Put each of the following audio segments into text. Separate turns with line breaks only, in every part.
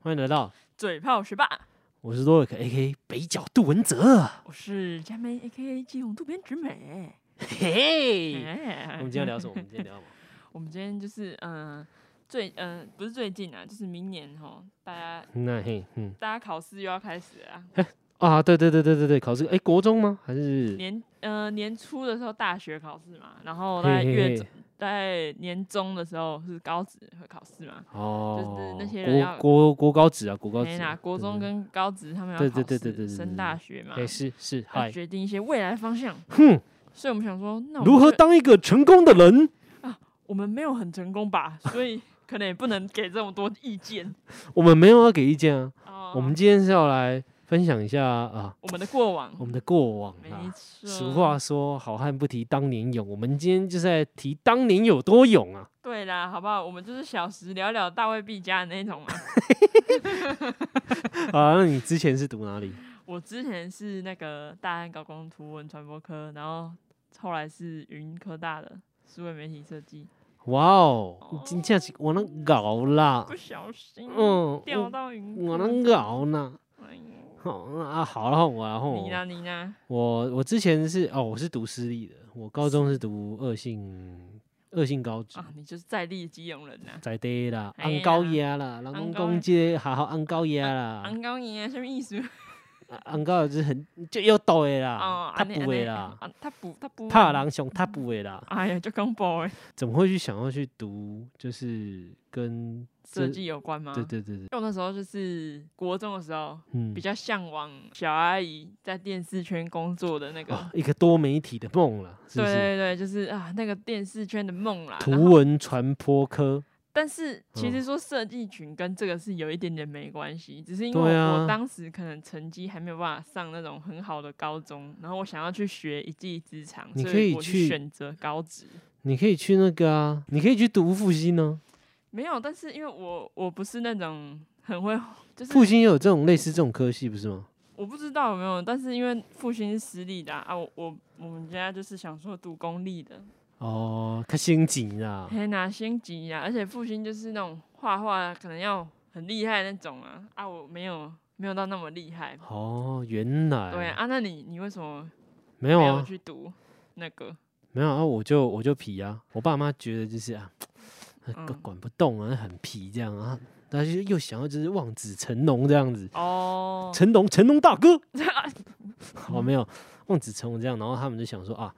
欢迎来到，
嘴炮十八，
我是洛克 A K 北角杜文泽，
我是佳妹 A K A 基隆渡边直美。
嘿嘿。
哎
我们今天聊 什么？我们今天聊什么？
我们今天就是嗯、呃最嗯、不是最近啊，就是明年吼，大家
那嘿，嗯
大家考试又要开始了啊。
啊，对对对对对对，考试哎，国中吗？还是
年呃年初的时候大学考试嘛，然
嘿
后大概
嘿
月
嘿
中大概年中的时候是高职会考试嘛。
哦，
那些人
国
要
国国高职啊，国高
没
职
啦，国中
对
跟高职他们要
对对
考
对对
试
对对对
升大学嘛
对，哎是是，
要
嗨，
决定一些未来方向。
哼，
所以我们想说，那我们
如何
就
当一个成功的人？
我们没有很成功吧， 所以可能也不能给这么多意见。
我们没有要给意见啊，
哦
我们今天是要来分享一下啊，
我们的过往，
我们的过往
没
啊。
错。
俗话，说，好汉不提当年勇，我们今天就是在提当年有多勇啊。
对啦，好不好？我们就是小时聊聊大卫毕加的那种嘛。
啊，那你之前是读哪里？
我之前是那个大安高工图文传播科，然后后来是云科大的数位媒体设计，
哇哦，你真正是我能搞啦
不，小心
嗯，
掉
我
到云科。
我能搞呢。
哎呦
好啊，好了，我然后
你呢？你呢？
我我之前是哦，我是读私立的，我高中是读恶性恶性高职，
啊，你就是在地基隆人呐、
在地啦，
哎呀
安高压啦，人
安
讲
高压
讲这个学校安高压啦，
安高你啊，什么意思？
啊安高就是很就要倒的
哦
啦，，
安
踏
尼
步的啦，，
安尼啊他补他补。
怕人上踏步的啦，
哎呀，就跟 boy
怎么会去想要去读就是跟
设
这
计有关吗？
对对对对，
因为我那时候就是国中的时候，
嗯
啊比，较向往小阿姨在电视圈工作的那个。
哦，一个多媒体的梦啦，是不
对
是？
对对，就是啊，那个电视圈的梦啦。然
图
后，
文传播科，
但是其
嗯
实说设计群跟这个是有一点点没关系，只是因为
对
我,、
啊
我当时可能成绩还没有办法上那种很好的高中，然后我想要去学一技之长，
你
所
可以
我
去
去选择高职。
你可以去那个啊，你可以去读复兴哦呢、
没有，但是因为我我不是那种很会，就是
复兴也有这种类似这种科系，不是吗？
我不知道有没有，但是因为复兴是私立的啊，啊我我我们家就是想说读公立的，
哦，看心情 啦，
天哪，先急啊呀！而且复兴就是那种画画可能要很厉害那种啊，啊，我没有没有到那么厉害，
哦，原来，
对啊，那你你为什么
没有
没有
啊，
去读那个？
没有啊，我就我就皮啊，我爸妈觉得就是啊，呃
嗯
管不动啊，很皮这样啊，但是又想要就是望子成龙这样子，
哦，
成龙成龙大 哥，好没有望子成龙这样，然后他们就想说啊，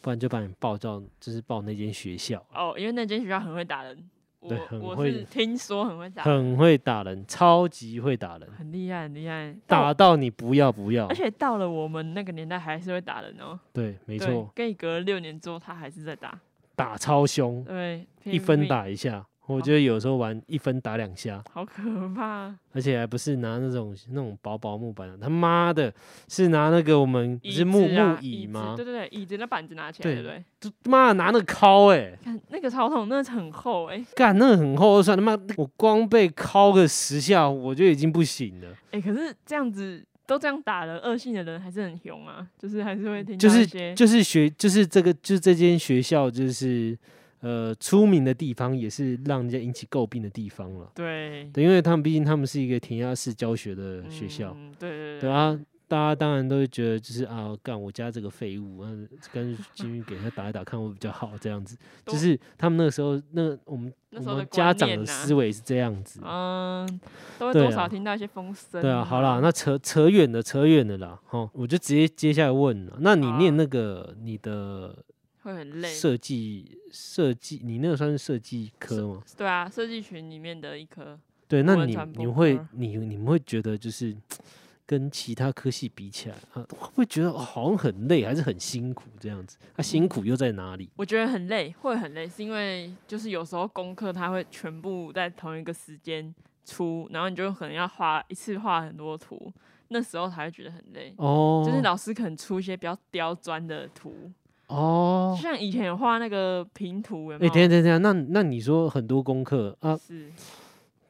不然就把你报到就是报那间学校，
哦，因为那间学校很会打人，我
对很
我
会
是听说很会打人，
很会打人，超级会打人，
很厉害很厉害，但我
打到你不要不要
而，且到了我们那个年代还是会打人哦，
对，没
对
错，，
跟你隔了六年之后他还是在打，
打超凶，
对，
一
拼
分
命
打一下。我觉得有时候玩一分打两下，
好可怕！
而且还不是拿那种那种薄薄木板，他妈的是拿那个我们
椅
是木
子啊
木椅吗
对？对对，椅子那板子拿起来，
对
对不对？
就他妈的拿那个敲哎、
看那个草筒，那是很厚哎、
干那个很厚就算，他妈我光被敲个十下我就已经不行了，
哎、可是这样子都这样打了，恶性的人还是很凶啊，就是还是会听到
就是
一些
就是学就是这个就是这间学校就是呃出名的地方，也是让人家引起诟病的地方了。
对
对，因为他们毕竟他们是一个填鸭式教学的学校，
嗯、对对
对啊，大家当然都会觉得就是啊，干我家这个废物，啊，干脆进去给他打一打，看会比较好这样子。就
都
是他们那个时候，那个我们
那
我
时候的
们家
观
长的
念啊呐
思维是这样子。
嗯，都会
对
多少
啊
听到一些风声。
对啊，好啦，那扯扯远了，扯远了啦。哦，我就直接接下来问了，那你
好啊
念那个你的
会很累。
设计设计，你那个算是设计科吗？
对啊，设计群里面的一颗，
对，那
文
你
传
你
播
会
科
你你们会觉得就是跟其他科系比起来啊，会不会觉得好像很累，还是很辛苦这样子？啊，辛
嗯
苦又在哪里？
我觉得很累，会很累，是因为就是有时候功课它会全部在同一个时间出，然后你就可能要画一次画很多图，那时候才会觉得很累。
哦，
就是老师可能出一些比较刁钻的图，就
哦，
像以前有画那个平图，有没
哎、
有？
等一下等一下，那那你说很多功课啊，
是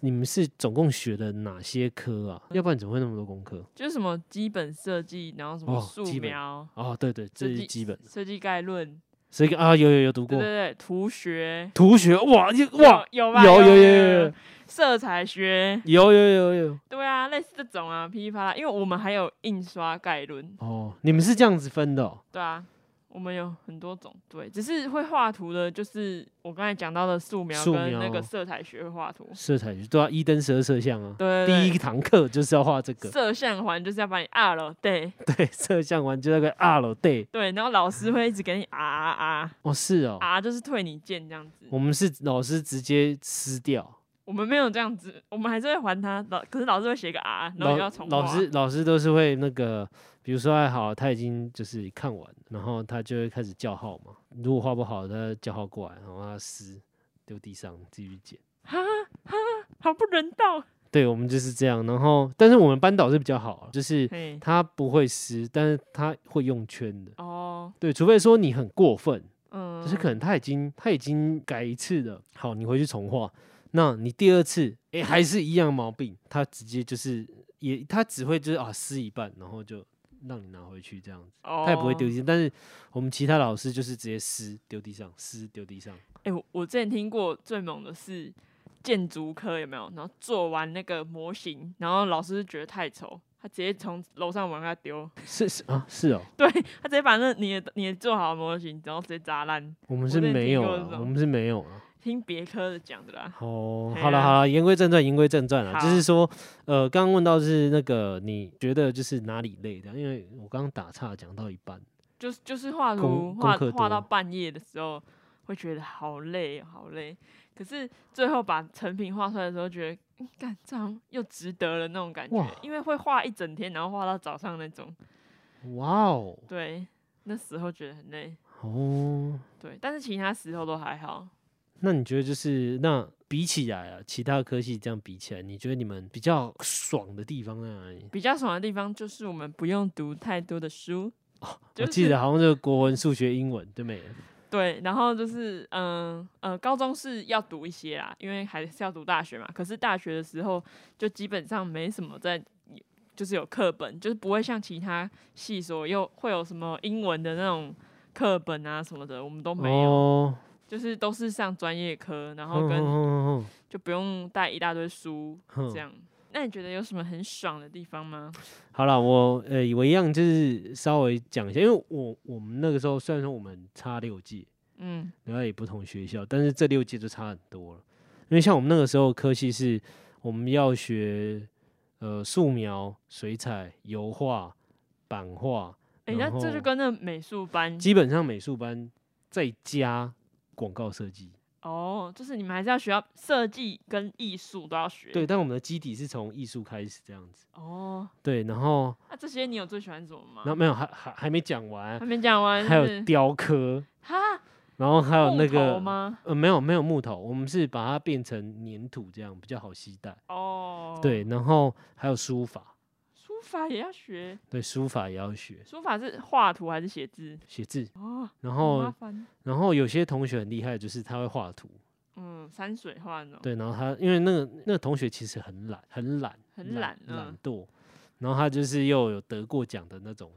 你们是总共学了哪些科啊？要不然怎么会那么多功课？
就是什么基本设计，然后什么
哦
素
基本
描、
哦，对对，这
设
是
计
基本的，
设计概论，
所以啊，有有有读过
对对对，图学，
图学，哇，你哇，
有有吧
有有
有
有有有，
色彩学，
有有有有
对啊，类似这种啊，噼里啪啦，因为我们还有印刷概论，
哦，你们是这样子分的、哦，
对啊，我们有很多种，对，只是会画图的，就是我刚才讲到的素描
素
跟那
描哦
个色彩学会画图，
色彩学对啊，一灯十二色相啊。
对
第
对
一堂课就是要画这
对
个，
色相环就是要把你啊了，对
对，色相完就那个 R day
对，然后老师会一直给你啊啊
哦，是哦
啊，啊，就是退你剑这样子。
我们是老师直接撕掉，
我们没有这样子，我们还是会还他老，可是老师会写个啊，然后
老
你要重
老
画
师老师都是会那个，比如说还好他已经就是看完，然后他就会开始叫号嘛，如果画不好他叫号过来，然后他撕丢地上继续捡。
好不人道。
对，我们就是这样。然后，但是我们班导是比较好，就是
嘿，
他不会撕，但是他会用圈的。
哦，
对，除非说你很过分，
嗯，
就是可能他已经他已经改一次了，好，你回去重画，那你第二次，哎、还是一样毛病，他直接就是也他只会就是啊撕一半，然后就让你拿回去这样子，
哦，
他也不会丢地上。但是我们其他老师就是直接撕丢地上，撕丢地上，
哎、我我之前听过最猛的是建筑科有没有？然后做完那个模型，然后老师觉得太丑，他直接从楼上往下丢，
是是啊是哦，
对他直接把那你的你的做好的模型，然后直接砸烂。
我们
我
是
真的
没
听
有
过
了
这，
我
种
们是哎没有了。
听别科的讲的啦，
哦，
嘿
好了
啊
好了，言归正传，言归正传啊，就
好
是说，呃，刚刚问到是那个你觉得就是哪里累的，因为我刚刚打岔讲到一半，
就是就是画图
功
画
功课
画到
多
半夜的时候，会觉得好累好累。可是最后把成品画出来的时候，觉得嗯干、这样又值得了那种感觉
哇，
因为会画一整天，然后画到早上那种。
哇哦，
对，那时候觉得很累。
哦，
对，但是其他时候都还好。
那你觉得就是那比起来啊，其他科系这样比起来，你觉得你们比较爽的地方在哪里？
比较爽的地方就是我们不用读太多的书，就
我记
是
得好像就是国文、数学、英文，对没？
对，然后就是嗯呃高中是要读一些啦，因为还是要读大学嘛。可是大学的时候就基本上没什么在，就是有课本，就是不会像其他系所又会有什么英文的那种课本啊什么的，我们都没有，
哦，
就是都是上专业科，然后
哼哼嗯
跟
哼
就不用带一大堆书
哼
这
哼
样。那你觉得有什么很爽的地方吗？
好了，我呃，我一样就是稍微讲一下，因为我我们那个时候虽然说我们差六届，
嗯，
然后也不同学校，但是这六届就差很多了。因为像我们那个时候科系是，我们要学呃素描、水彩、油画、版画，
哎、
然
那这
后
就跟那美术班
基本上美术班再加广告设计。
哦，就是你们还是要学到设计跟艺术都要学。
对，但我们的基底是从艺术开始这样子。
哦，
对，然后
那这些你有最喜欢什么
然后
吗？
没有还还还没讲完
啊还，没讲完，
还
是
有雕刻，
哈
然后还有
木
那
头
个
吗？
呃没有没有木头，我们是把它变成粘土这样比较好携带。
哦，
对，，然后还有书法，
书法也要学，
对，书法也要学。
书法是画图还是写字？
写字，
哦，
然
好麻
后
烦。
然后有些同学很厉害，就是他会画图，
嗯，山水画那种，
对，然后他因为那个那个同学其实很懒，很懒，
很懒嗯
懒惰，然后他就是又有得过奖的那种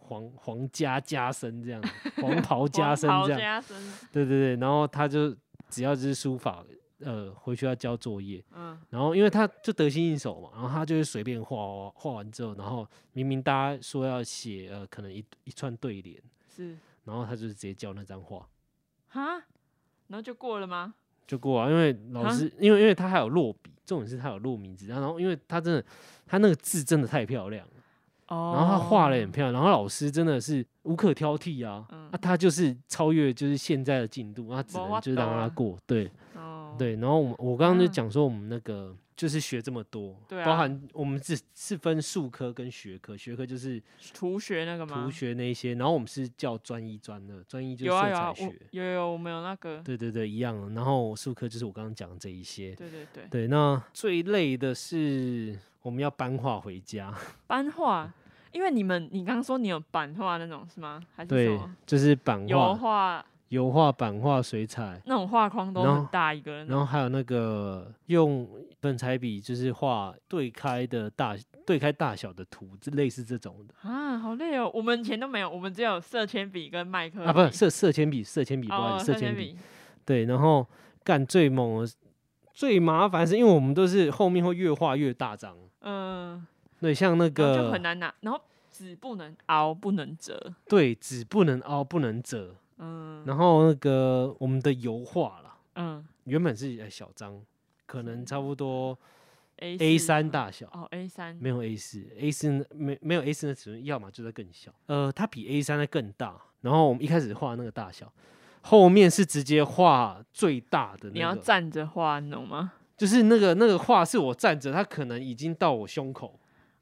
皇皇家加身这样，黄 袍加身
黄袍
这样，
加身，
对对对，然后他就只要就是书法，呃，回去要交作业，
嗯，
然后因为他就得心应手嘛，然后他就会随便画画画完之后，然后明明大家说要写呃可能一一串对联，
是
然后他就直接交那张画。
哈，然后就过了吗？
就过啊，因为老
哈
师，因为因为他还有落笔，重点是他有落名字，然后因为他真的，他那个字真的太漂亮了，
哦，
然后他画的很漂亮，然后老师真的是无可挑剔啊，
嗯
啊，他就是超越就是现在的进度，啊，只能就是让他过，对
哦，
对，然后我们我刚刚就
啊
讲说我们那个就是学这么多，
对啊
包含我们是是分术科跟学科，学科就是
图学那个吗？
图学那一些，然后我们是叫专一专二，专一就是
有
色
啊有
彩
啊，
学
我，有有我们有那个，
对对对，一样的，然后术科就是我刚刚讲的这一些，
对对对，
对，那最累的是我们要搬画回家，
版画，因为你们你刚刚说你有版画那种是吗？还是什
对
么，
就是版
油
画、
画
油画、版画、水彩，
那种画框都
然后
很大一个那
然
种？
后还有那个用粉彩笔就是画对开的大对开大小的图，这类似这种的
啊，好累哦！我们以前都没有，我们只有色铅笔跟麦克
啊，不
笔
是色色铅笔，色铅笔不好意
嗯哦，
思，色
色
铅笔
笔
对，然后干最猛的最麻烦是因为我们都是后面会越画越大张，
嗯，
对，像那
然后就很
个
难拿，然后纸不能凹，不能折，
对纸不能凹，不能折，
嗯
然后那个我们的油画啦，
嗯
原本是呃小张，可能差不多
，A
A
四
三
吗
大小，
哦 A 三，
没有 A 四，A
嗯
四没没有 A 四的尺寸，要么就在更小，呃，它比 A 三的更大。然后我们一开始画那个大小，后面是直接画最大的
你
那
要
个，
站着画，你懂吗？
就是那个那个画是我站着，它可能已经到我胸口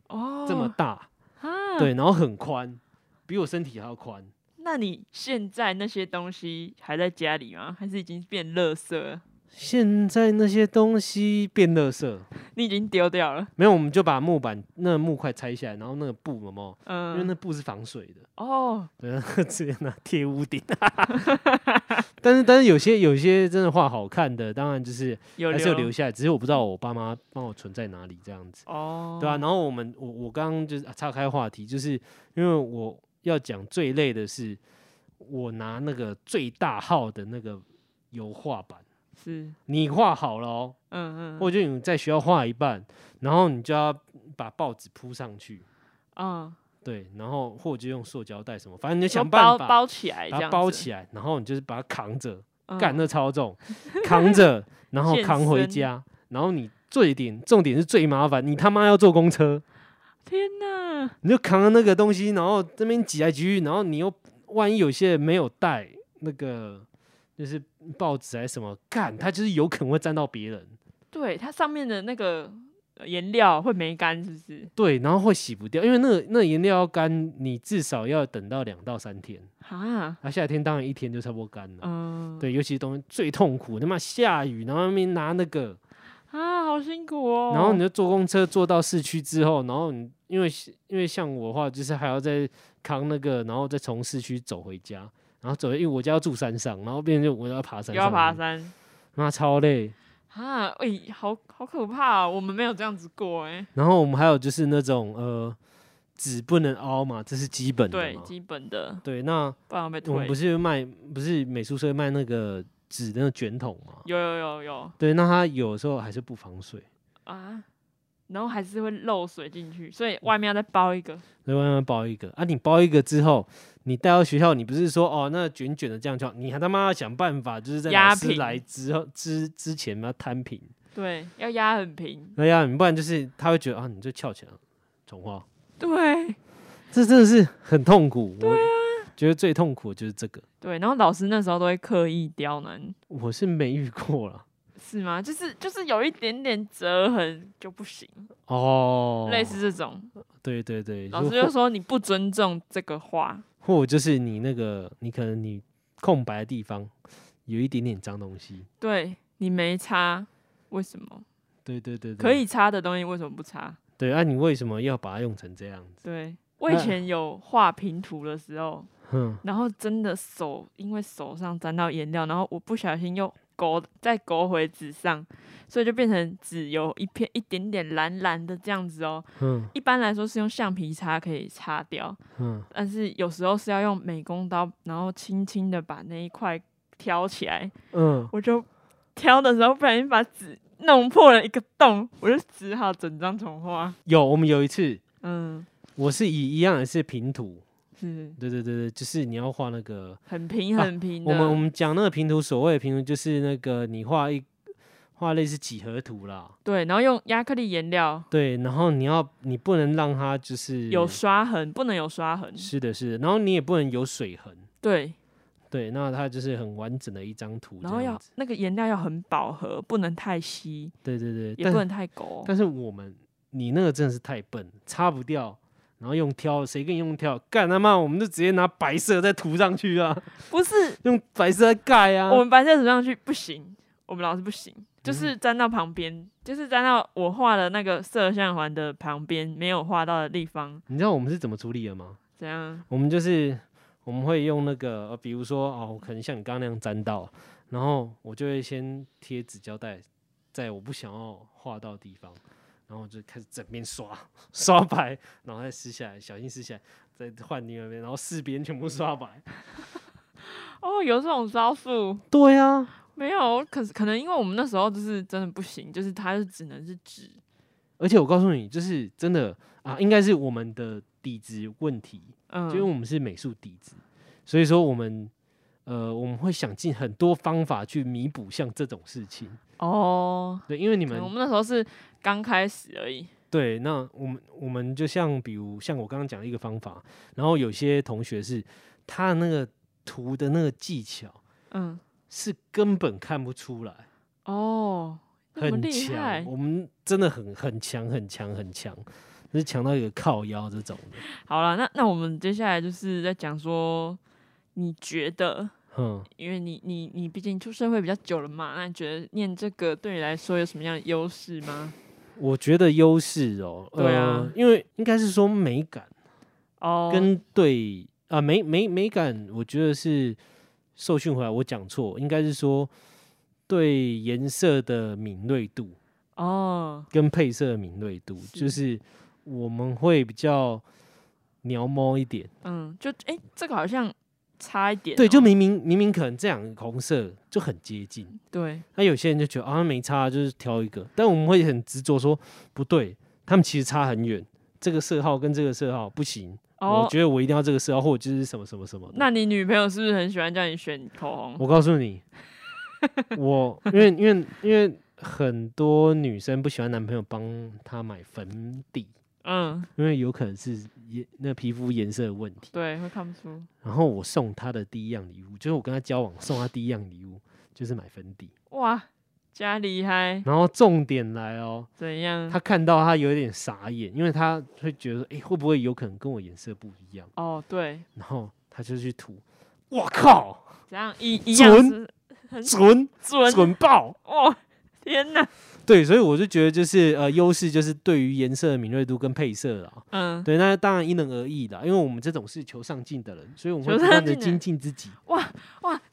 哦，
这么大，
啊？
对，然后很宽，比我身体还要宽。
那你现在那些东西还在家里吗？还是已经变垃圾了？
现在那些东西变垃圾，
你已经丢掉了？
没有，我们就把木板那木块拆下来，然后那个布有没有？因为
嗯，
那布是防水的，
哦，
对，那个直接拿贴屋 顶。但是但是有些有些真的画好看的，当然就是
有
还是有留
留
下来，只是我不知道我爸妈帮我存在哪里这样子，
哦，
对啊。，然后我们我我刚刚就是啊岔开话题，就是因为我要讲最累的是我拿那个最大号的那个油画板，
是，
你画好了哦，
嗯嗯，
或者你在学校画一半，然后你就要把报纸铺上去。
嗯，
对，然后或者就用塑胶袋什么，反正你就
说
想办
包
法
包起来，这
把它
样
包
子，
起来，然后你就是把它扛着，
嗯
干那超重，扛 着，然后
健
扛回
身
家，然后你最点重点是最麻烦，你他妈要坐公车，
天哪，
你就扛着那个东西，然后这边挤来挤去，然后你又万一有些人没有带那个就是报纸还是什么，干他就是有可能会沾到别人，
对，它上面的那个呃颜料会没干，是不是？
对，然后会洗不掉，因为那个那个颜料要干，你至少要等到两到三天，
啊，
那、夏天当然一天就差不多干了。
嗯，
对，尤其东西最痛苦，他妈下雨，然后那边拿那个，
啊，好辛苦哦，
然后你就坐公车坐到市区之后，然后你因为因为像我的话，就是还要再扛那个，然后再从市区走回家，然后走回，因为我家要住山上，然后变成就我要爬山，
又要爬，山。
妈超累。
啊，喂、好好可怕、哦！我们没有这样子过哎、
然后我们还有就是那种呃，纸不能凹嘛，这是基本的
对，
嘛。
基本的，
对，那
不然会被
我们
退
不。是卖，不是美术社卖那个纸的那个卷筒嘛？
有有有有
对，那它有时候还是不防水，
啊，然后还是会漏水进去，所以外面要再包一个。
所以慢慢包一个啊。你包一个之后，你带到学校，你不是说哦，那卷卷的这样就好，你还他妈要想办法，就是在
压
老师
平
来之后之之前要摊平，
对，要压很平。
那要你不然就是他会觉得啊，你就翘起来了，重画，
对
这真的是很痛苦。我觉得最痛苦的就是这个，
对，然后老师那时候都会刻意刁难，
我是没遇过了
是吗？就是就是有一点点折痕就不行，
哦，
类似这种，
对对对，
老
就
师就
或
说你不尊重这个画。
或者就是你那个，你可能你空白的地方有一点点脏东西，
对你没擦，为什么
对对对对，
可以擦的东西为什么不擦？
对，啊，你为什么要把它用成这样子？
对我以
那
前有画平图的时候，
哼，
然后真的手因为手上沾到颜料，然后我不小心又勾再勾回纸上，所以就变成纸有一片一点点蓝蓝的这样子哦。
嗯
一般来说是用橡皮擦可以擦掉，
嗯。
但是有时候是要用美工刀，然后轻轻的把那一块挑起来。
嗯，
我就挑的时候不小心把纸弄破了一个洞，我就只好整张重画。
有我们有一次，
嗯，
我是以一样的是平图，
是
对对对对，就是你要画那个，
很平
啊
很平的。
我们我们讲那个平图，所谓的平图就是那个你画一画类似几何图啦，
对，然后用亚克力颜料。
对，然后你要你不能让它就是
有刷痕，不能有刷痕。
是的是的，然后你也不能有水痕，
对，
对，那它就是很完整的一张图
然后
这样
要
子，
那个颜料要很饱和，不能太稀，
对对对，
也不
但
能太狗。
但是我们你那个真的是太笨，擦不掉。然后用挑，谁跟你用挑？干他妈，我们就直接拿白色再涂上去啊，
不是，
用白色来盖啊。
我们白色涂上去不行，我们老师不行，
嗯
就是粘到旁边，就是粘到我画的那个色相环的旁边没有画到的地方，
你知道我们是怎么处理的吗？
怎样？
我们就是我们会用那个，呃、比如说哦，可能像你刚刚那样沾到，然后我就会先贴纸胶带在我不想要画到的地方，然后就开始整边刷刷白，然后再撕下来，小心撕下来，再换另外一边，然后四边全部刷白。
哦，有这种招数，
对啊，
没有，可是可能因为我们那时候就是真的不行，就是它就只能是纸，
而且我告诉你，就是真的啊，应该是我们的底子问题，
嗯，
就因为我们是美术底子，所以说我们呃我们会想尽很多方法去弥补像这种事情。
哦，
对，因为你
可
们
能我们那时候是刚开始而已，
对，那我们我们就像比如像我刚刚讲的一个方法，然后有些同学是他的那个图的那个技巧
嗯，
是根本看不出来，
哦，那么
很
厉害
强，，哦我们真的很很强很强很强，就是强到一个靠腰这种的，
好了，那那我们接下来就是在讲说，你觉得，
嗯，
因为你你你毕竟出社会比较久了嘛，那你觉得念这个对你来说有什么样的优势吗？
我觉得优势哦，
对啊
呃因为应该是说美感
哦，
跟对啊、美美美感，我觉得是受训回来我讲错，应该是说对颜色的敏锐度。
哦，
跟配色的敏锐度，
是
就是我们会比较鸟猫一点。
嗯，就哎、这个好像差一点哦、嗯
对，就明明明明可能这两个红色就很接近，
对，
那有些人就觉得啊没差，就是挑一个。但我们会很执着说不对，他们其实差很远，这个色号跟这个色号不行。
哦
我，觉得我一定要这个色号，或者就是什么什么什么的。
那你女朋友是不是很喜欢叫你选口红？
我告诉你，我因为因为因为很多女生不喜欢男朋友帮她买粉底，
嗯，
因为有可能是颜那皮肤颜色的问题。
对，会看不出。
然后我送他的第一样礼物，就是我跟他交往送他第一样礼物就是买粉底。
哇，加厉害，
然后重点来哦，
怎样
他？看到他有一点傻眼，因为他会觉得，哎、会不会有可能跟我颜色不一样？
哦，对，
然后他就去涂，我靠，
怎样一一样
准
是
准
准
准爆！
哦，天哪，
对，所以我就觉得就是呃，优势就是对于颜色的敏锐度跟配色啊。
嗯，
对，那当然因人而异啦，因为我们这种是求上进的人，所以我们会
求
不断
上
的
进
精进
的
自己。
哇，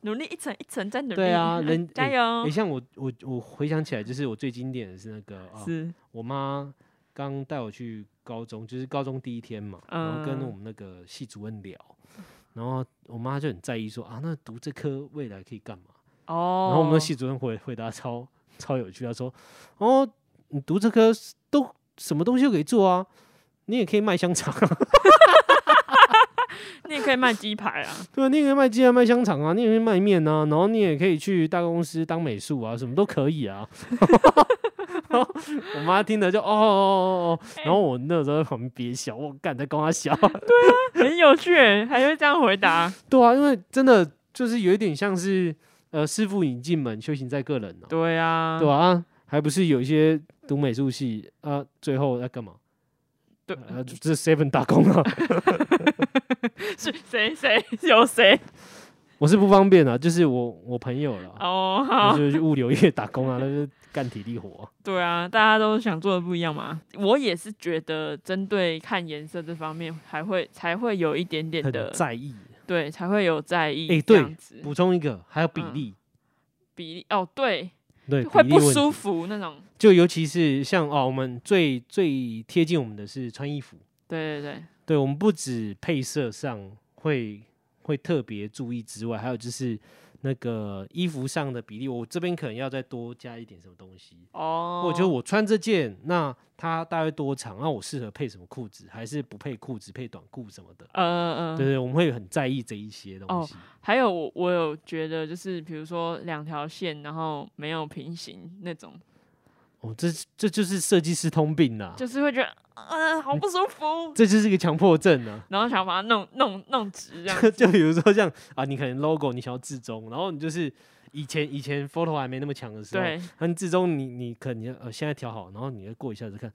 努力一层一层再努力，
对啊
嗯
人
加油
诶，，像我我我回想起来，就是我最经典的是那个啊，
是
我妈刚带我去高中，就是高中第一天嘛，然后跟
嗯
我们那个系主任聊，然后我妈就很在意说啊，那读这科未来可以干嘛？
哦，
然后我们的系主任回回答超超有趣，他说哦，你读这科是都什么东西都可以做啊，你也可以卖香肠啊，
你也可以卖鸡排啊，
对啊，你也可以卖鸡啊，卖香肠啊，你也可以卖面啊，然后你也可以去大公司当美术啊，什么都可以啊。 然后我妈听了就哦哦哦哦哦，然后我那时候在旁边憋笑，我干在跟她笑，
很有趣耶，还会这样回答，
对啊，因为真的就是有一点像是呃，师傅引进门，修行在个人啊，
对啊，
对吧、啊？还不是有一些读美术系啊，最后要干嘛？
对
啊，就这 seven 打工啊，
是谁谁有谁
我是不方便啊，就是我我朋友啦，
哦，
那
好，
就是去物流业打工啊，那就是干体力活啊、
对啊，大家都想做的不一样嘛，我也是觉得针对看颜色这方面，还会才会有一点点
很
的
在意。
对，才会有在意
哎
这
对
样子
补充一个，还有比
嗯
例，
比例哦，对，
对，
会
比例
不
问
舒
题。
服那种。
就尤其是像哦，我们最最贴近我们的是穿衣服，
对对对，
对我们不止配色上会会特别注意之外，还有就是那个衣服上的比例，我这边可能要再多加一点什么东西。
哦，
或者就我穿这件，那它大概多长？那我适合配什么裤子，还是不配裤子，配短裤什么的？对
呃呃，
对，我们会很在意这一些东
哦
西。
还有我我有觉得就是比如说两条线，然后没有平行那种，
哦，这这就是设计师通病啦、
就是会觉得呃好不舒服，
这就是一个强迫症啊。
然后想把它弄弄弄 直 这样。
就就比如说像啊，你可能 logo 你想要至中，然后你就是以前以前 photo 还没那么强的时候，
对，
很至中你你可能呃现在调好，然后你再过一下子看，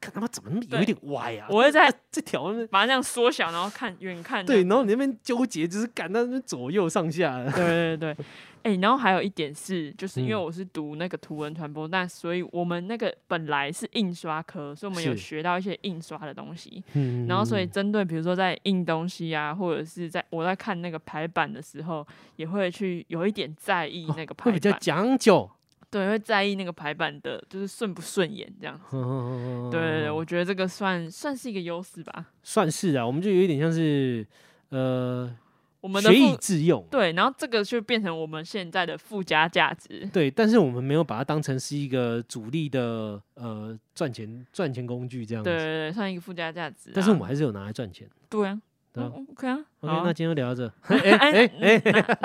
看他妈怎么那么有
对
一点歪啊？
我会在
这条那
把它这样缩小，然后看远看这
对，
样。
然后你那边纠结，就是感到那边左右上下的，
对对对，哎、然后还有一点是，就是因为
嗯
我是读那个图文传播，但所以我们那个本来是印刷科，所以我们有
是
学到一些印刷的东西。
嗯
然后所以针对比如说在印东西啊，或者是在我在看那个排版的时候，也会去有一点在意那个排
哦会比较
版，
讲究。
对，会在意那个排版的，就是顺不顺眼这样。
对
对对
嗯
对，我觉得这个算算是一个优势吧。
算是啊，我们就有一点像是呃
我们的
学以
附
致用。
对，然后这个就变成我们现在的附加价值。
对，但是我们没有把它当成是一个主力的呃赚钱赚钱工具这样
对对
子，
对，算一个附加价值啊、
但是我们还是有拿来赚钱。
对啊，
对啊
嗯嗯，OK 啊
OK，
好啊
那今天就聊到这。
哎
哎哎哎，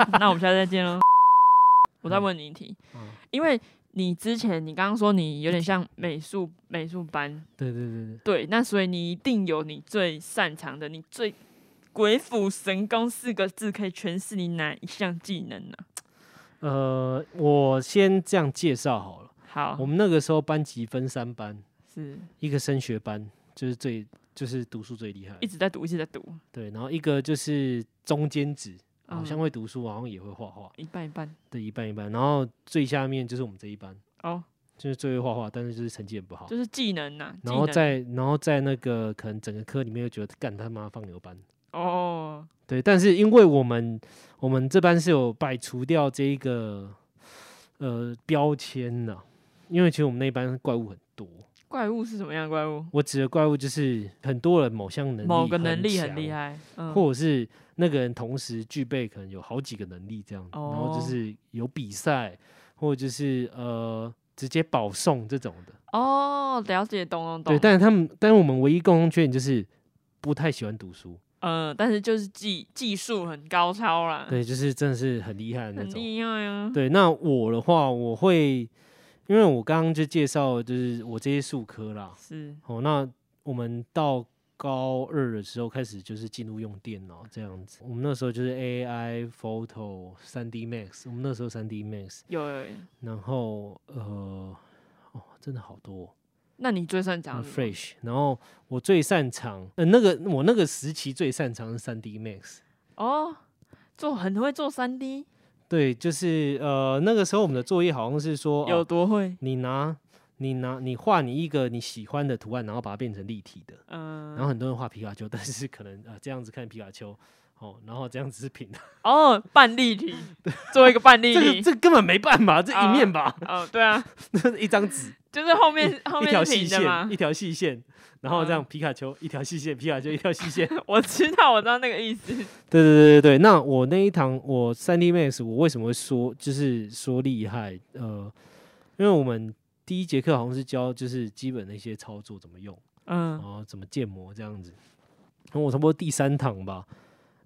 那那我们下次 再见喽。我再问你一题，
嗯
因为你之前你刚刚说你有点像美术美术班，
对对对对，
对，那所以你一定有你最擅长的，你最鬼斧神工四个字可以诠释你哪一项技能呢、
呃，我先这样介绍好了。我
好，
们那个时候班级分三班，
是
一个升学班就是最就是读书最厉害
一
的，
直在读，一直在读，
对，然后一个就是中间值，好
嗯
像会读书，好像也会画画，
一半一半。
对，一半一半。然后最下面就是我们这一班，
哦，
就是最会画画，但是就是成绩很不好。
就是技能呐、技
然后
能
在然后在那个可能整个科里面又觉得干他妈放牛班，
哦，
对，但是因为我们我们这班是有摆除掉这一个呃标签的、因为其实我们那一班怪物很多，
怪物是什么样的怪物？
我指的怪物就是很多人某项能力
某个能力很
很
厉
强，
害，嗯，
或者是那个人同时具备可能有好几个能力这样，然后
哦
就是有比赛，或者就是呃直接保送这种的，
哦，了解，懂懂懂。
对，但是他们但是我们唯一共同缺点就是不太喜欢读书，
呃，但是就是技技术很高超啦，
对，就是真的是很厉害的那
嗯很
种。
厉害啊。
对，那我的话，我会，因为我刚刚就介绍，就是我这些数科啦。
是
哦，那我们到高二的时候开始就是进入用电脑这样子。我们那时候就是 AI、Photo、三 D Max，我们那时候三 D Max，
有有有。
然后呃，哦，真的好多、哦。
那你最擅
啊
长什么
Flash，然后我最擅长，呃，那个我那个时期最擅长是三 D Max，
哦，做很会做三 D，
对，就是呃那个时候我们的作业好像是说，
有
哦、
多会？
你拿你拿你画你一个你喜欢的图案，然后把它变成立体的，
嗯
然，后很多人画皮卡丘， 但是可能呃这样子看皮卡丘。哦，然后这样子是平的，
哦，半立体，做一个半立
这个
体。
这个根本没办法，这一面吧，
哦，对啊，
这、是一张纸，
就是后面后
一
面
条
是
细
平的嘛
线，一。条细线，然后这样
嗯
皮卡丘一条细线，皮卡丘一条细 线，
我知道，我知道那个意思。
对对对对对，那我那一堂我三 D Max，我为什么会说就是说厉害？呃，因为我们第一节课好像是教就是基本的一些操作怎么用，然
嗯，
后怎么建模这样子。然后我差不多第三堂吧，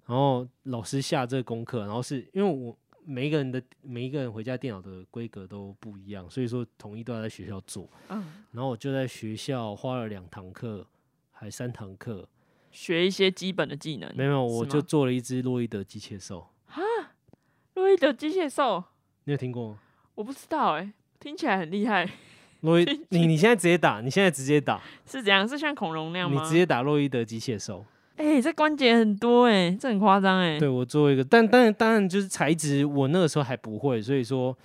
然后老师下这个功课，然后是因为我每一个人的每一个人回家电脑的规格都不一样，所以说统一都要在学校做。
嗯，
然后我就在学校花了两堂课，还三堂课，
学一些基本的技能。
没有，我
是
就
吗
做了一只洛伊德机械兽。
洛伊德机械兽，
你有听过吗？
我不知道哎，听起来很厉害，
洛伊，你你现在直接打，你现在直接打，
是怎样？是像恐龙那样
你
吗？
直接打洛伊德机械 兽。
哎、这关节很多哎、这很夸张哎。
对我做一个，但当然当然就是材质，我那个时候还不会，所以说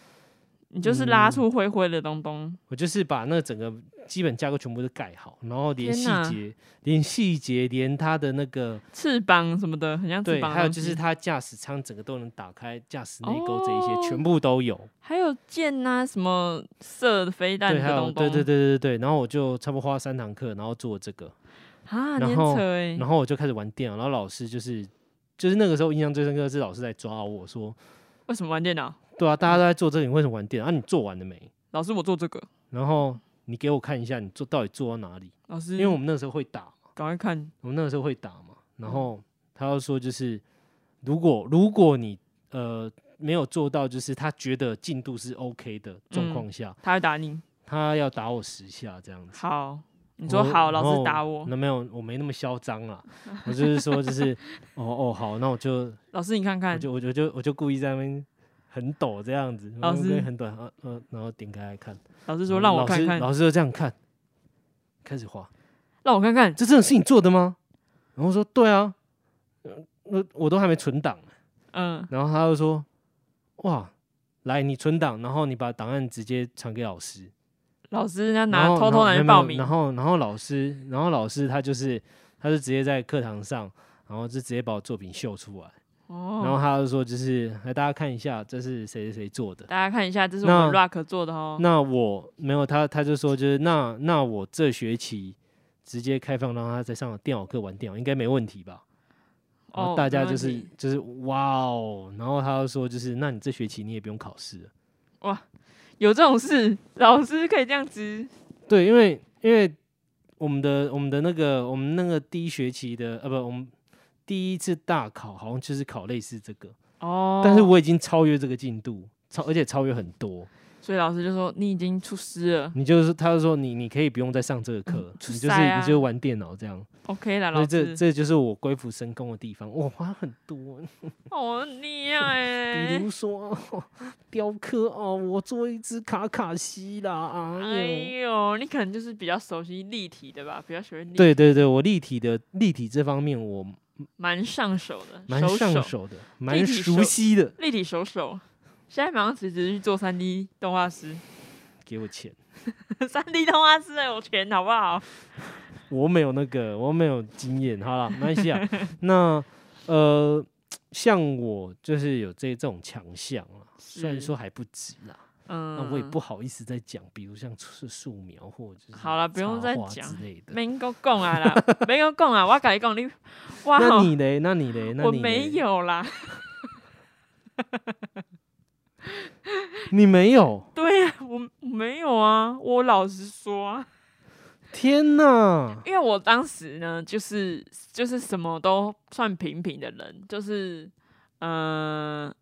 你就是拉
嗯
出灰灰的东东，
我就是把那整个基本架构全部都盖好，然后连
天
细
哪
节、连细节、连它的那个
翅膀什么的，很像翅
对，
膀的东西。
还有就是它驾驶舱整个都能打开，驾驶内钩这一些、
哦
全部都有。
还有箭呐、什么射的飞弹
对，还
的
有
东
对
东。
对对对对，然后我就差不多花了三堂课，然后做这个。
啊，
然
你
后
很扯哎、
然后我就开始玩电脑，然后老师就是就是那个时候印象最深刻的是老师在抓我说，
为什么玩电脑？
对啊，大家都在做这个，你为什么玩电脑？啊，你做完了没？
老师，我做这个。
然后你给我看一下你做到底做到哪里？
老师，
因为我们那时候会打，
赶快看。
我们那个时候会打嘛。然
嗯
后他要说就是，如果如果你呃没有做到，就是他觉得进度是 OK 的
嗯
状况下，
他会打你。
他要打我十下这样子。
好，你说
我
好，老
然
师
后
打我。
那没有，我没那么嚣张 啦。我就是说，就是哦哦好，那我就
老师，你 看
我
看。
就我就我就我就故意在那边很抖这样子，
老
然后
师
跟很抖，然后呃然后点开来看，
老师
就
说让我看看，
老师就这样看，开始画，
让我看看。
这真的是你做的吗？然后说对啊，呃我我都还没存档呢，
嗯，
然后他就说哇，来你存档，然后你把档案直接传给老师，
老师他拿
然后
偷偷拿去
然后
报名
然。后然后老师，然后老师他就是他就直接在课堂上，然后就直接把我作品秀出来，然后
哦，
他就说就是来大家看一下这是谁谁谁做的。
大家看一下，这是我们
那
Rock 做的哦。
那我没有他，他就说就是那那我这学期直接开放让他在上电脑课玩电脑，应该没问题吧？然后
哦
大家
没问
就是
题
就是哇哦，然后他又说就是那你这学期你也不用考试了，
有这种事， 老师可以这样子
对，因为因为我们的我们的那个我们那个第一学期的呃不，我们第一次大考好像就是考类似这个，
哦。
但是我已经超越这个进度，超而且超越很多。
所以老师就说你已经出师了
你就是他就说你你可以不用再上这个课，
出
你就是
塞
你
啊
就是玩电脑这样。
，OK 啦，
所
老
以这
师，
这就是我归服深宫的地方，我花很多，欸
哦，很厉害
比
欸
如说、雕刻哦，我做一只卡卡西啦，
哎
哎呦。
呦，你可能就是比较熟悉立体的吧，比较喜欢立，
对对对，我立体的立体这方面我
蛮上手的，
蛮
手
上
手
手的，蛮
立体
熟
手
悉的。
立体手手。现在马上辞职去做三 D 动画师，
给我钱，
三 D 动画师有钱好不好？
我没有那个，我没有经验。好了，没关系 啊。那呃，像我就是有这这种强项啊，虽然
是
说还不止啦，
嗯，
那我也不好意思再讲，比如像素素描或者是
好啦不用
插
再
画
讲
之类的。
免够讲啊 啦，免够讲啊，我甲你讲你，哇，哦
那你嘞？那你 嘞？那
我
你
没
嘞，
有啦，
你没有？
对啊，我我没有啊，我老实说啊，
天哪！
因为我当时呢，就是就是什么都算平平的人，就是嗯、呃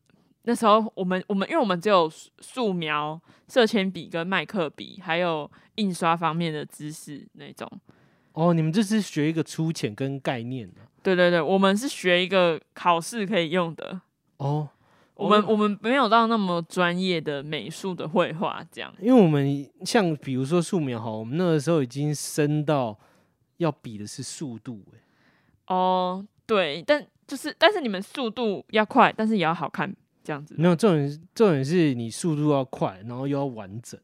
那时候我们我们因为我们只有素素描、色铅笔跟麦克笔，还有印刷方面的知识那种。
哦，你们这是学一个粗浅跟概念啊。
对对对，我们是学一个考试可以用的，
哦，
我们
哦
我们没有到那么专业的美术的绘画这样。
因为我们像比如说素描好，我们那个时候已经升到要比的是速度、欸，
哦，对，但就是但是你们速度要快，但是也要好看这样子。
没有重点是，重点是你速度要快，然后又要完整。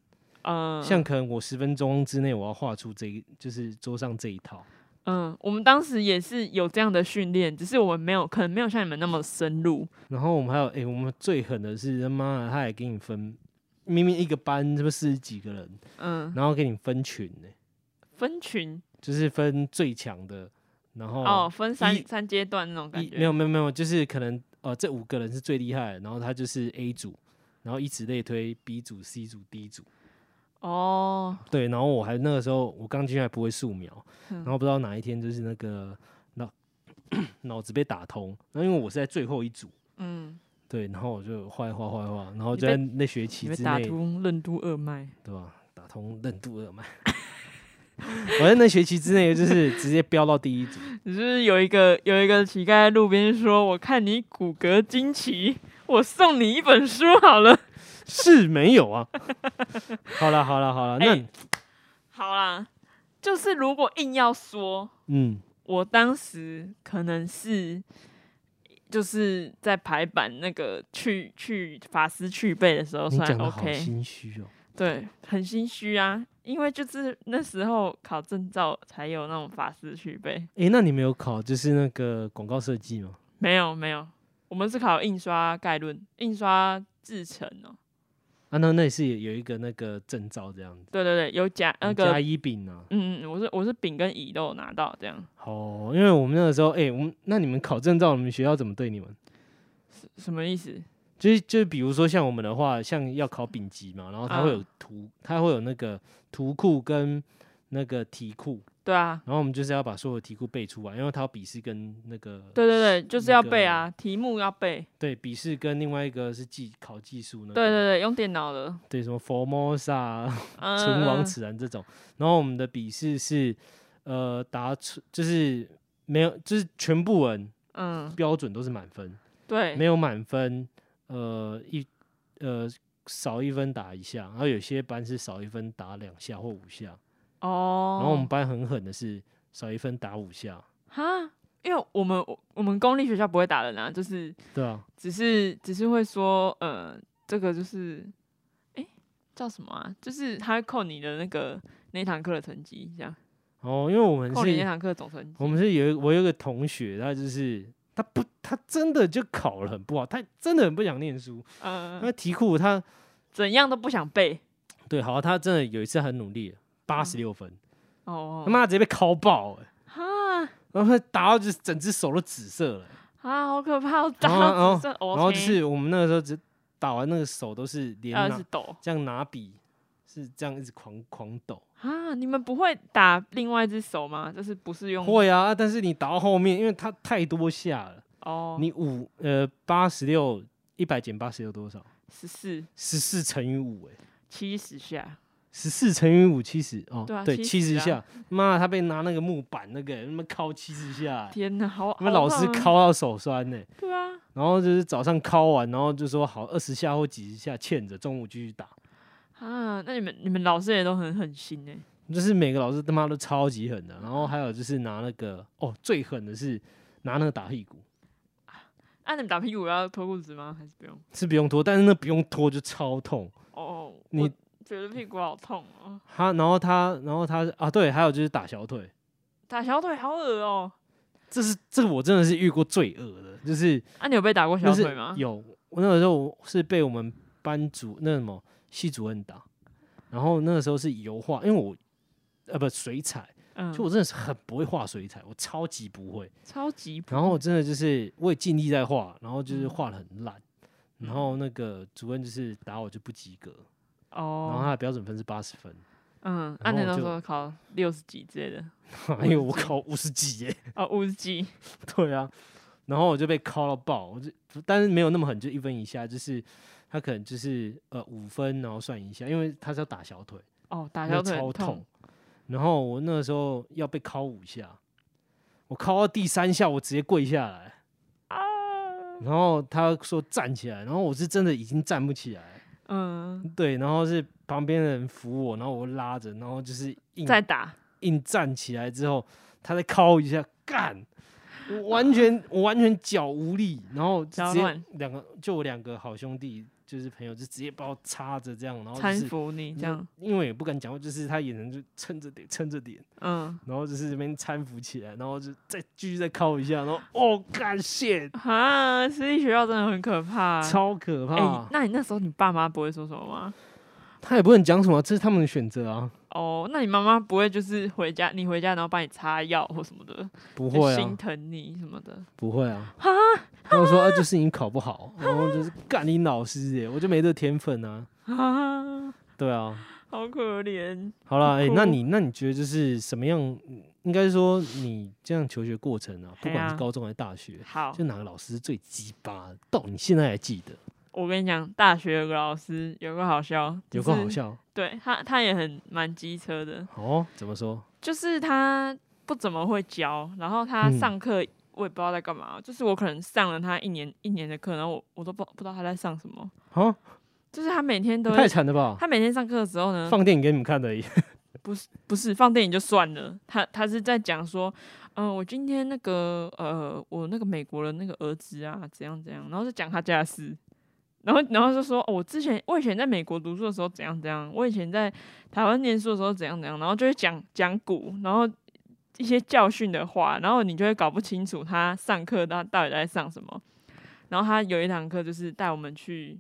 嗯，
像可能我十分钟之内我要画出这一，就是桌上这一套。
嗯，我们当时也是有这样的训练，只是我们没有，可能没有像你们那么深入。
然后我们还有，哎、我们最狠的是他妈的，他还给你分，明明一个班是不是四十几个人，
嗯，
然后给你分群呢、
分群
就是分最强的，然后
哦，分
一
三三阶段那种感
一
觉。
没有没有没有，就是可能呃这五个人是最厉害的，然后他就是 A 组，然后以此类推 B 组、C 组、D 组，
哦，
对，然后我还那个时候我刚进去还不会素描，
嗯
然后不知道哪一天就是那个脑脑子被打通，然后因为我是在最后一组，
嗯，
对，然后我就画一画画一画，然后
你
就
被
在那学期
你们
之
打
内，
通任督二脉，
对吧？打通任督二脉。我在那学期之内就是直接飙到第一 组，
只是有一个有一个乞丐在路边说：“我看你骨骼惊奇，我送你一本书好了。
是没有啊。好了好了好了，那、
哎好啦，就是如果硬要说，
嗯，
我当时可能是就是在排版那个去去法师去背的时候
你
算
讲的好
OK，
心虚哦。
对，很心虚啊，因为就是那时候考证照才有那种法师去背，
诶，那你没有考就是那个广告设计吗？
没有没有，我们是考印刷概论、印刷制成哦、
啊，那那也是有有一个那个证照这样子，
对对对，有甲那
加
个。
一丙啊。
嗯，嗯我是我是丙跟乙都有拿到，这样
哦，因为我们那个时候，诶，我们那你们考证照，你们学校怎么对你们？
什么意思？
就是就是比如说像我们的话，像要考丙级嘛，然后它会有
嗯
图，它会有那个图库跟那个题库，
对啊，
然后我们就是要把所有题库背出来，因为它要笔试跟那个
对对对，就是
那
要
个
背啊，题目要背，
对笔试跟另外一个是技考技术那个
对对对，用电脑的，
对什么 Formosa 啊
嗯，
唇
嗯
亡
嗯
齿寒这种。然后我们的笔试是呃答出就是没有就是全部人
嗯，
标准都是满分，
对，
没有满分呃一呃少一分打一下，然后有些班是少一分打两下或五下，
哦。
然后我们班很狠的是少一分打五下，
哈，因为我们我我们公立学校不会打人啊，就是
对啊，
只是只是会说，呃，这个就是，诶，叫什么啊？就是他会扣你的那个那一堂课的成绩，这样
然后因为我们
扣你那
是
堂课的总成绩。
我们是有一我有一个同学，他就是他不他真的就考了很不好，他真的很不想念书，
呃
那，题库他。
怎样都不想背
对，好，他真的有一次很努力，八十六分，他
嗯哦。
妈直接被敲爆、欸，
哈
然后他打到就是整只手都紫色了欸、
啊，好可怕！
然后然后
这
哦然后就是我们那个时候只打完那个手都是连
二
拿
呃是抖
这样拿笔是这样一直狂狂抖。
啊！你们不会打另外一只手吗？就是不是用
会啊，但是你打到后面，因为它太多下了，
哦，
你五呃八十六一百减八十六多少？
十四
十四乘以五哎、
七十下，
十四乘以五七十哦，
对啊
七
70
十
啊
下，妈、他被拿那个木板那个他妈敲七十下、欸，
天哪，好，
他们
好
老师
棒啊
敲到手酸欸呢、
对啊，
然后就是早上敲完，然后就说好二十下或几十下欠着，中午继续打。
啊，那你们你们老师也都很狠心哎、
就是每个老师他妈都超级狠的，然后还有就是拿那个哦，最狠的是拿那个打屁股，
啊，你们打屁股要脱裤子吗？还是不用？
是不用脱，但是那不用脱就超痛。
哦，
你
我觉得屁股好痛哦，
他，然后他，然后他啊，对，还有就是打小腿，
打小腿好恶哦、
这是这个我真的是遇过最恶的，就是
啊，你有被打过
就
小
是
腿吗？
有我那个时候我是被我们班主那什么系主任打，然后那个时候是油画，因为我呃不水彩，
嗯，
就我真的是很不会画水彩，我超级不会，
超级不
然后真的就是我也尽力在画，然后就是
嗯
画的很烂，
嗯
然后那个主任就是打我就不及格，然后他
哦，
的标准分是八十分，
嗯，啊，
然后
你
我
那
就
时候考六十几之类的，
因为我考五十几耶，
哦，五十几，
对啊，然后我就被敲到爆，我就但是没有那么狠，就一分以下，就是他可能就是呃五分，然后算一下，因为他是要打小腿，
哦，打
那
小腿
超
很
痛，。然后我那个时候要被敲五下，我敲到第三下，我直接跪下来，
啊，
然后他说站起来，然后我是真的已经站不起来，
嗯，
对，然后是旁边的人扶我，然后我拉着，然后就是硬
再打，
硬站起来之后，他再敲一下，干，我完全我完全脚无力，然后就
脚
直接
软
两个就我两个好兄弟就是朋友就直接把我插着这样，然后就
搀
是
扶你这样，
因为也不敢讲话，就是他眼神就撑着点撑着点，
嗯，
然后就是这边搀扶起来，然后就再继续再敲一下，然后哦干谢，
啊，私立学校真的很可怕。
超啊可怕，
哎、那你那时候你爸妈不会说什么吗？
他也不能讲什么，这是他们的选择啊，
哦，那你妈妈不会就是回家，你回家然后帮你擦药或什么的，
不
就
会啊，
心疼你什么的。
不会啊。然后说啊，就是你考不好，然后就是干你老师耶，我就没这天分啊。
啊，
对啊，
好可怜。
好啦，哎、
哭
那你那你觉得就是什么样？嗯应该说你这样求学过程啊，不
嘿
管
啊
是高中还是大学，
好
就，哪个老师最鸡巴的，到你现在还记得，
我跟你讲，大学有个老师，有个好笑，
有
个
个好，笑
对他他也很蛮机车的，
哦？怎么说？
就是他不怎么会教，然后他
嗯
上课我也不知道在干嘛，就是我可能上了他一年一年的课，然后我我都不不知道他在上什么，
啊，
就是他每天都
太
会，
惨了吧！
他每天上课的时候呢，
放电影给你们看而已。
不是放电影就算了，他他是在讲说，嗯、我今天那个呃，我那个美国的那个儿子啊，怎样怎样，然后就讲他家的事，然后然后就说，哦，我之前我以前在美国读书的时候怎样怎样，我以前在台湾念书的时候怎样怎样，然后就会讲讲古，然后一些教训的话，然后你就会搞不清楚他上课他到底在上什么。然后他有一堂课就是带我们去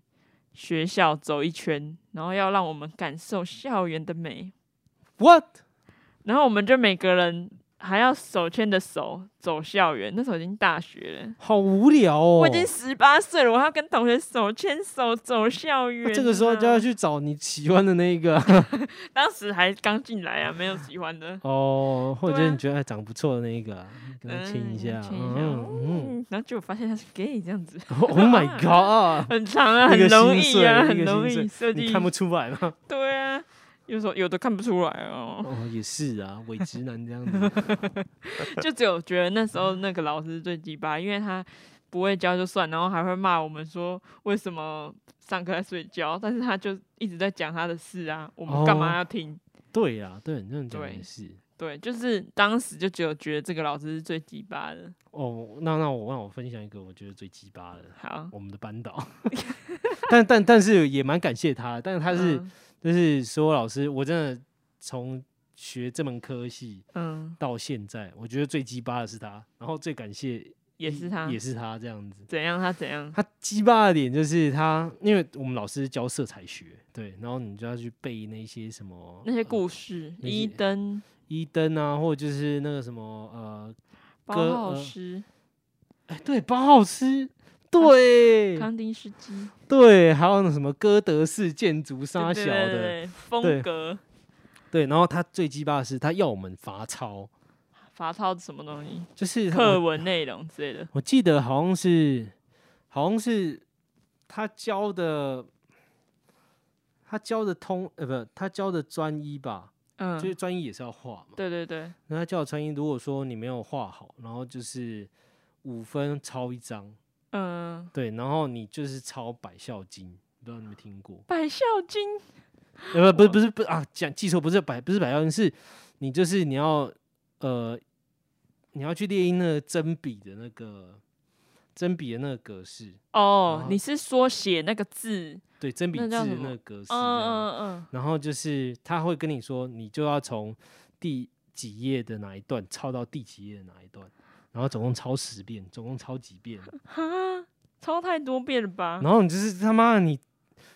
学校走一圈，然后要让我们感受校园的美。
What？
然后我们就每个人还要手牵着手走校园，那时候已经大学了，
好无聊哦！
我已经十八岁了，我还要跟同学手牵手走校园、
那这个时候就要，去找你喜欢的那一 个啊
当时还刚进来啊，没有喜欢的，
哦，或者
对啊
你觉得哎长不错的那一个啊，跟他亲一下，
嗯亲一下，哦
嗯嗯。
嗯，然后就发现他是 gay 这样子，
Oh my god！
很长啊，
一个
很容
心
易
碎
啊，
一
很
个
容
心
易
碎
设
你
计，
看不出来 吗？
对啊，有时候有的看不出来哦，
哦，也是啊，伪直男这样 子。
就只有觉得那时候那个老师最鸡巴，因为他不会教就算，然后还会骂我们说为什么上课在睡觉，但是他就一直在讲他的事啊，我们干嘛要听？
对啊，对，你这样讲
对
也是。
对，就是当时就只有觉得这个老师是最鸡巴的。
哦，那那我让我分享一个我觉得最鸡巴的，
好，
我们的班 导。但但但是也蛮感谢他，但是他是、
嗯
就是所有老师，我真的从学这门科系
嗯，
到现在，我觉得最鸡巴的是他，然后最感谢
也是他，
也是他这样子。
怎样他怎样，
他鸡巴的点就是他，因为我们老师教色彩学，对，然后你就要去背那些什么
那些
呃
故事，
那
伊
些
登、
伊登啊，或者就是那个什么呃
包
歌
浩
呃
斯、
哎、对，包好吃，对
康定斯基
对，还有那什么哥德式建筑沙
对
小
对对对
的，
对
对
风格
对，然后他最鸡巴的是他要我们罚抄，
罚抄什么东 西，
就是他
课文内容之类的。
我记得好像是，好像是他教的，他教的通呃不，他教的专一吧，
嗯，
就是专一也是要画嘛。
对对对，
那他教的专一，如果说你没有画好，然后就是五分抄一张，
嗯，
对，然后你就是抄百孝经，不知道你们听过？
百孝经
呃，不，不是，不是啊，讲记错，不是百，不是百孝经，是你就是你要呃，你要去猎鹰那个真笔的那个真笔的那个格式。
哦
啊，
你是说写那个字？
对，真比
那
字
叫
的
什
那
么
个格式
嗯
这样，
嗯
然后就是他会跟你说，你就要从第几页的哪一段抄到第几页的哪一段，然后总共抄十遍，总共抄几 遍，
嗯，哈，抄太多遍了吧？
然后你就是他妈的你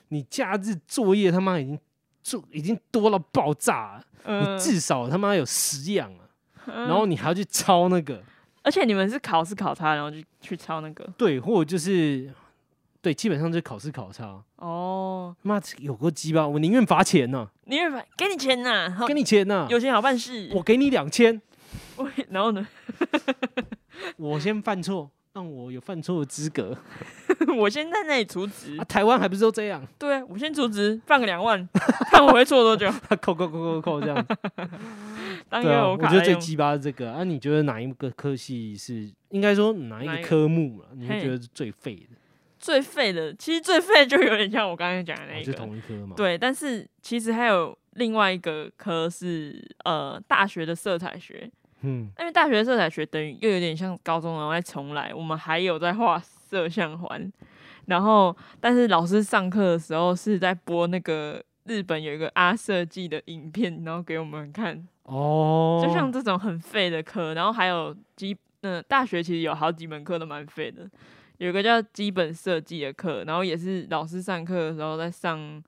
你假日作业他妈已经做已经多到爆炸了，
嗯
你，至少他妈有十样啊，
嗯
然后你还要去抄那个，
而且你们是考试考他，然后就去抄那个
对，或者就是对，基本上就是考试考差，
哦。
他妈有个鸡巴，我宁愿罚钱呐、
你也把给你钱呐、好
给你钱呐、
哦有钱好办事。
我给你两千。
我 然后呢，
我先犯错，让我有犯错的资格。
我先在那里除职
啊，。台湾还不是都这样？
对啊，我先除职，放个两万， 看我会错多久，
扣扣扣扣扣这 样。
当
对
月
啊，
哎我
我
卡
觉得
来
最
用。
鸡巴是这个啊。你觉得哪一个科系是应该说哪一
哪一
个
个
科目了？你会
嘿
觉得是最废的？
最废的，其实最废就有点像我刚才讲的那
哦
一
就
个。
同一科嘛。
对，但是其实还有另外一个科是呃大学的色彩学，
嗯，
因为大学的色彩学等于又有点像高中然后再重来，我们还有在画色相环，然后但是老师上课的时候是在播那个日本有一个阿设计的影片，然后给我们看，
哦，
就像这种很废的课，然后还有基嗯、大学其实有好几门课都蛮废的，有一个叫基本设计的课，然后也是老师上课的时候在上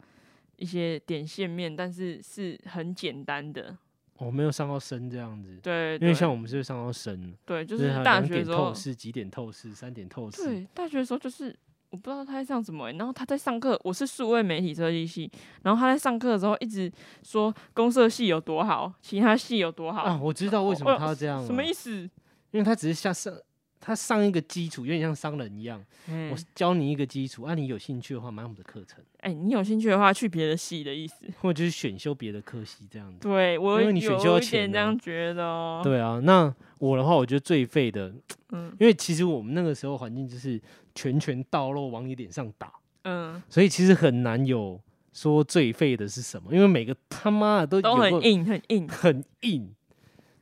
一些点线面，但是是很简单的，
我哦没有上到深这样子，
对，
因为
对
像我们是上到深，
对就
就是还有
大
两
学
点
的时候
透，视、几点透视、三点透视。
对，大学的时候就是我不知道他在上什么欸、然后他在上课，我是数位媒体设计系，然后他在上课的时候一直说公社系有多好，其他系有多好，
啊，我知道为什
哦
么
哦
他要这样了，哎
什么意思？
因为他只是下上，他上一个基础，有点像商人一样，
嗯
我教你一个基础，啊，你有兴趣的话买我们的课程，
哎、你有兴趣的话，去别的系的意思。
或者就是选修别的科系这样子。
对我
因为你选修要
有一
钱
点这
啊
样觉得哦。，
对啊，那我的话，我觉得最废的，
嗯
因为其实我们那个时候环境就是拳拳到肉往你脸上打，
嗯，
所以其实很难有说最废的是什么，因为每个他妈的都
都
有
很
过
硬，很硬。
很硬。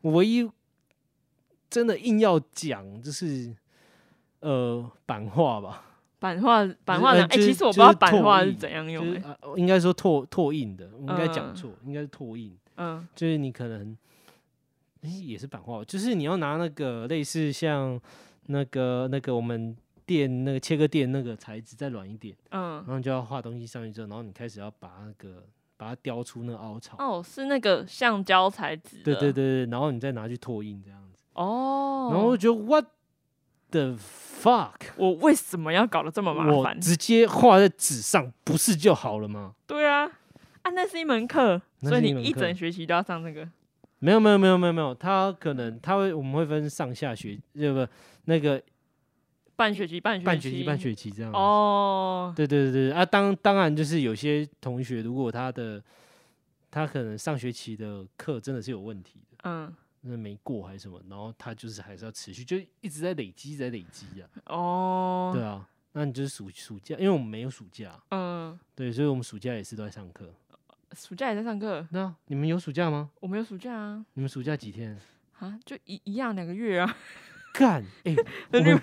我唯一真的硬要讲就是呃版画吧，
版画，版
是
画
呃
呢？哎、
就是
其实我不
就
知道
是
版
拓
画是
印
怎样
就
用、
是、
欸。
呃、应该说拓拓印的，我应该讲
嗯
错，应该是拓印。
嗯
就是你可能、诶也是版画，就是你要拿那个类似像那个那个我们电那个切割垫那个材质再软一点，然
嗯。
后你就要画东西上去之后，然后你开始要把那个把它雕出那个凹槽，
哦，是那个橡胶材质。
对对对。对，然后你再拿去拓印这样子，
哦。
然后我就觉得 what the fuck，
我为什么要搞得这么麻
我
烦？
直接画在纸上不是就好了吗？
对啊，啊，那是一门课，
那
所以
是一
你
门
一
课
整学期都要上那个。
没有没有没有没有没有，他可能他会我们会分上下学，呃不那个
半学期，半学期，
半学期半学期这样子。
哦，
对对对对啊，当当然就是有些同学，如果他的他可能上学期的课真的是有问题的，
嗯，
那没过还是什么，然后他就是还是要持续，就一直在累积，一直在累积啊。
哦，
对啊，那你就是暑暑假，因为我们没有暑假，
嗯，
对，所以我们暑假也是都在上课。
暑假也在上课，
那、你们有暑假吗？
我没有暑假啊，
你们暑假几 天？
啊，就一一样两个月啊，
干哎、我们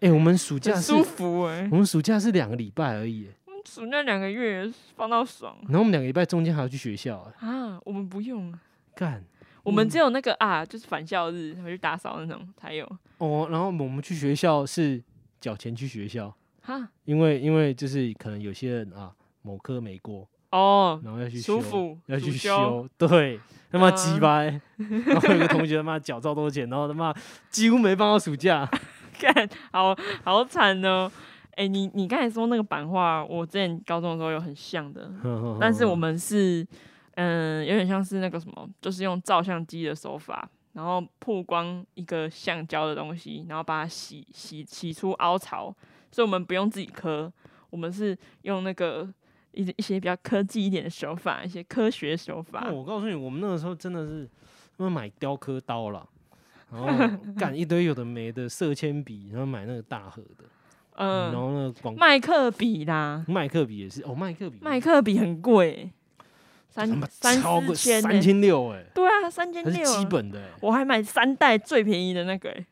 哎、我们暑假
很
是，
舒服哎、
我们暑假是两个礼拜而已欸、
暑假两个月放到爽
然后我们两个礼拜中间还要去学校、欸，
啊！我们不用，
干
我
嗯
们只有那个啊，就是返校日回去打扫那种才有
哦，然后我们去学校是缴钱去学校。
哈
因为因为就是可能有些人啊，某科没过，
哦，
然后要去
舒
修，
服
要去
主修，
修，对，他妈
嗯
鸡掰。然后有个同学他妈缴超多钱，然后他妈几乎没放到暑假，
看，好好惨哦。哎、你你刚才说那个版画，我之前高中的时候有很像的，但是我们是，嗯，有点像是那个什么，就是用照相机的手法，然后曝光一个橡胶的东西，然后把它洗洗洗出凹槽，所以我们不用自己刻，我们是用那个一一些比较科技一点的手法，一些科学手法。
那我告诉你，我们那个时候真的是因为买雕刻刀啦，然 后干一堆有的没的色铅笔，然后买那个大盒的，然
嗯，
后那个广
麦克笔啦，
麦克笔也是哦，麦克笔
麦克笔很贵、
他
三
妈
三
超
四
过
千、
三
欸，
千六哎，
对啊，三千
它是
六、
基本的哎、
我还买三代最便宜的那个、欸，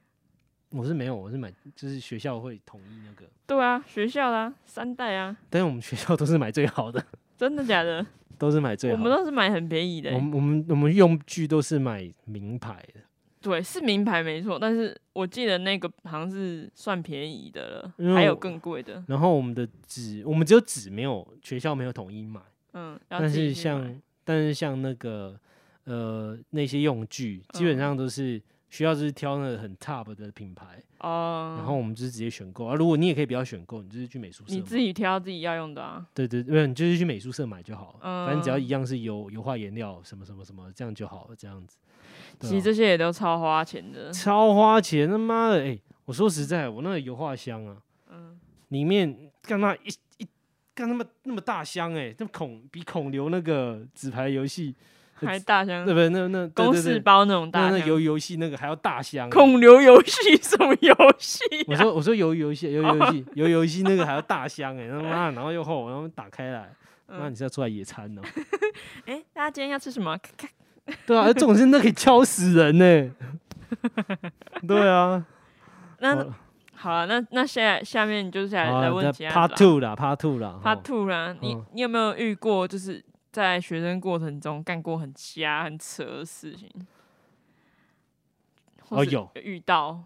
我是没有，我是买就是学校会统一那个，
对啊，学校啦、三代啊，
但是我们学校都是买最好的，
真的假的？
都是买最
我
好
们
的。
都是买很便宜的欸、
我们我们我们用具都是买名牌的，
对，是名牌没错，但是我记得那个好像是算便宜的了，
因为
还有
我
更贵的，
然后我们的纸，我们只有纸没有学校没有统一买，
嗯，要
但
自己
是
去买
像但是像那个呃那些用具，基本
嗯
上都是学校就是挑那个很 top 的品牌，
哦，
然后我们就是直接选购啊。如果你也可以不要选购，你就是去美术社
你
买，
自己挑自己要用的啊，
对对对，你就是去美术社买就好了，反正只要
嗯
一样是油油画颜料什么什么什么这样就好了，这样子。对
其实
啊
这些也都超花钱 的，
超花钱，他妈的！哎、我说实在，我那个油画箱啊，
嗯，
里面干嘛一一干那么那么大箱哎、那孔比孔刘那个纸牌游戏，
还大
对
箱
不对？那那对
嗯公
对
式
对
包那种
那
大
那
箱，
游游戏那个还要大箱 欸、
恐流游戏什么游 戏
我
啊？
说我说游游戏游游戏游游戏那个还要大箱哎、他妈，然后又厚，然后打开来，那
嗯
你是要出来野餐哦、
哎、大家今天要吃什么？咔咔
对啊，这种是那可以敲死人呢、 对啊，
那
我
好了，那那现在下面就是来、
好
来
啊
问
那
其他
Part
的啦
Two 啦，Part Two 啦，
怕
齁
吐啦。你
嗯
你有没有遇过，就是在学生过程中干过很瞎、很扯的事情？或
哦
是
有
遇到，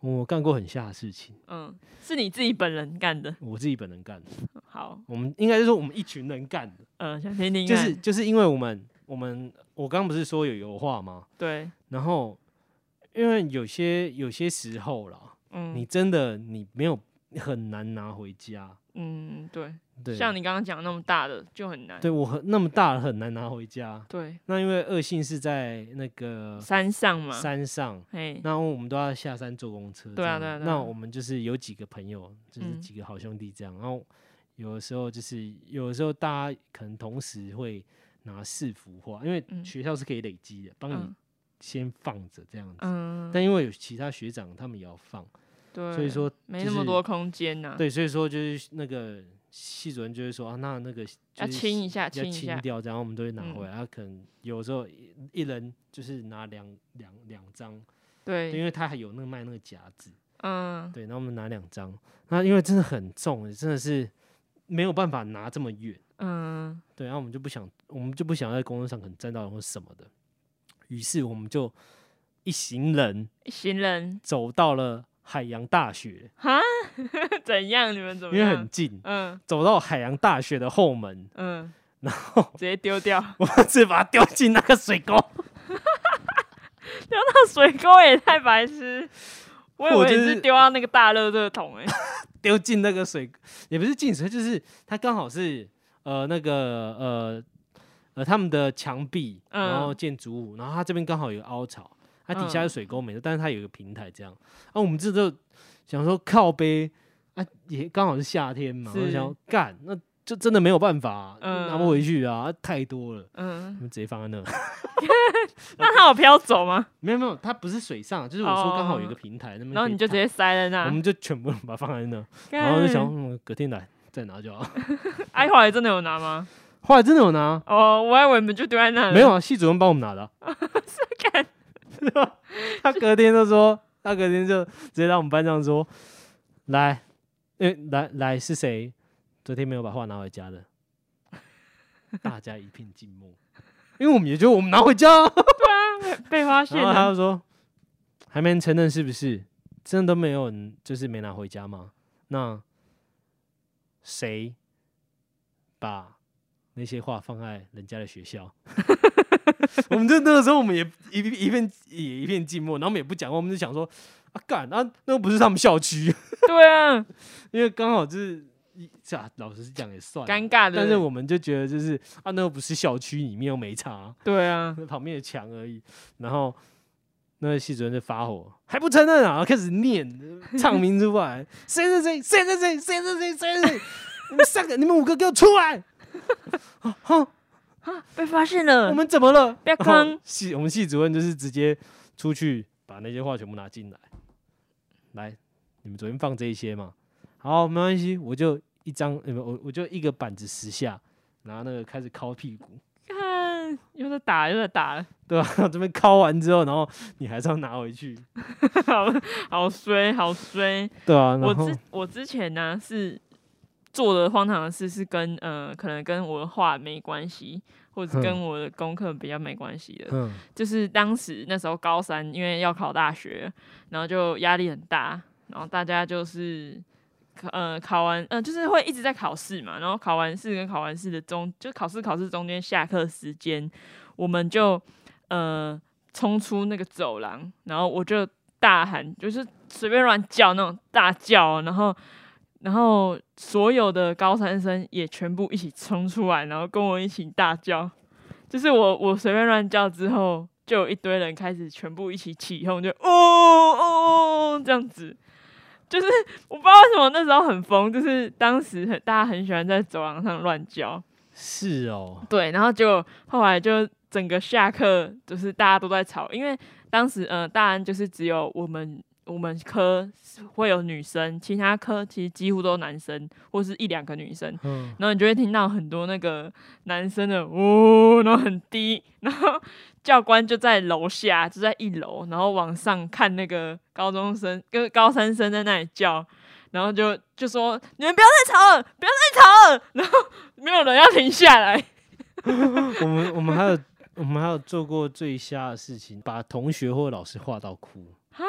我干过很吓的事情，
嗯，是你自己本人干的。
我自己本人干的。
好，
我们应该是说我们一群人干的，
呃，想听听
就
看，
是就是因为我们我们我刚不是说有油画吗？
对，
然后因为有些有些时候啦，你
嗯
真的你没有很难拿回家，
嗯，对，
对，
像你刚刚讲那么大的就很难，
对我很那么大了很难拿回家。
对，
那因为恶性是在那个
山上嘛，
山上，
嘿，
那我们都要下山坐公车这
对啊
样。
对啊对啊
那我们就是有几个朋友，就是
嗯
几个好兄弟这样。然后有的时候就是有的时候大家可能同时会拿四幅画，因为
嗯
学校是可以累积的，帮你
嗯
先放着这样子。
嗯，
但因为有其他学长他们也要放，
对，嗯
所以说
没
就
那么
是
多空间呐，
对，所以说就是那个系主任就会说啊，那那个
要
就是
清一下，
要
清一
清
下，
掉，然后我们都会拿
嗯
回来。他、啊可能有时候一一人就是拿两两两张，对因
对，
为他还有那个卖那个夹子，
嗯，
对，然后我们拿两张。那因为真的很重，真的是没有办法拿这么远，
嗯，
对，然后我们就不想，我们就不想在工作上可能沾到人或什么的，于是我们就一行人
一行人
走到了海洋大学，
哈，怎样？你们怎
因为
么样？
很近，
嗯
走到海洋大学的后门，
嗯，
然后
直接丢掉，
我们 直接把它丢进那个水沟。
丢到水沟也太白痴。我以
我
为
就
你
是
是丢到那个大热热桶哎、
丢进那个水，也不是进水，就是它刚好是呃那个呃呃他们的墙壁，然后
嗯
建筑物，然后它这边刚好有个凹槽，它底下
嗯
是水沟没错，但是它有一个平台这样。啊，我们这就想说靠背啊，也刚好是夏天嘛，我就是想要干那。就真的没有办法、啊拿不
嗯
回去啊，太多了，我
嗯，
们直接放在那。
那它有飘走吗？
没有没有，它不是水上，就是我说刚好有一个
哦
平台那边可以躺。
然后你就直接塞在
我
那
们，就全部把它放在那，
干
然后就想，嗯，隔天来再拿就好。
哎，后来真的有拿吗？
后来真的有拿，
哦，我还以为你们就丢在那了，
没有啊，系主任帮我们拿的啊、
干
他隔天就说，他隔天就直接让我们班长说，来，诶，来来是谁？昨天没有把画拿回家的，大家一片静默，因为我们也觉得我们拿回家、啊，
被发现
然后他
了。
就说，还没人承认是不是？真的都没有人，就是没拿回家吗？那谁把那些画放在人家的学 校？我们就那个时候，我们也一一片也一片寂寞，然后我们也不讲话，我们就想说，啊干啊，那又不是他们校区，
对啊，
因为刚好就是一这啊，老实讲也算了，
尴尬的。
但是我们就觉得就是啊，那又不是校区里面又没差，
对啊，
那旁边的墙而已。然后那个系主任就发火，还不承认啊，然后开始念唱名出来，谁谁谁谁谁谁谁谁谁谁谁，你们三个你们五个给我出来，
被发现了
我。们怎么了？
不
然
要
后
坑
系我们系主任就是直接出去把那些话全部拿进来，来，你们昨天放这一些嘛？好，没关系，我就一张，呃我我就一个板子十下，拿那个开始敲屁股。
看，又在打，又在打了，
对吧、这边敲完之后，然后你还是要拿回去，
好好衰，好衰。
对啊，然
我
后
之我之前呢、是做的荒唐的事，是跟呃，可能跟我的画没关系，或者
嗯
跟我的功课比较没关系的。
嗯
就是当时那时候高三，因为要考大学，然后就压力很大，然后大家就是。呃，考完，呃，就是会一直在考试嘛，然后考完试跟考完试的中，就考试考试中间下课时间，我们就呃冲出那个走廊，然后我就大喊，就是随便乱叫那种大叫，然后然后所有的高三生也全部一起冲出来，然后跟我一起大叫，就是我我随便乱叫之后，就有一堆人开始全部一起起哄，就哦哦哦哦这样子。就是我不知道为什么那时候很疯，就是当时很大家很喜欢在走廊上乱叫，
是哦，
对，然后就后来就整个下课就是大家都在吵，因为当时呃大安就是只有我们我们科会有女生，其他科其实几乎都男生或是一两个女生，
嗯，
然后你就会听到很多那个男生的呜、然后很低，然后教官就在楼下，就在一楼，然后往上看那个高中生跟高三生在那里叫，然后就就说你们不要再吵了，不要再吵了，然后 没有人要停下来。
我们我们还有我们还有做过最瞎的事情，把同学或老师画到哭，
啊？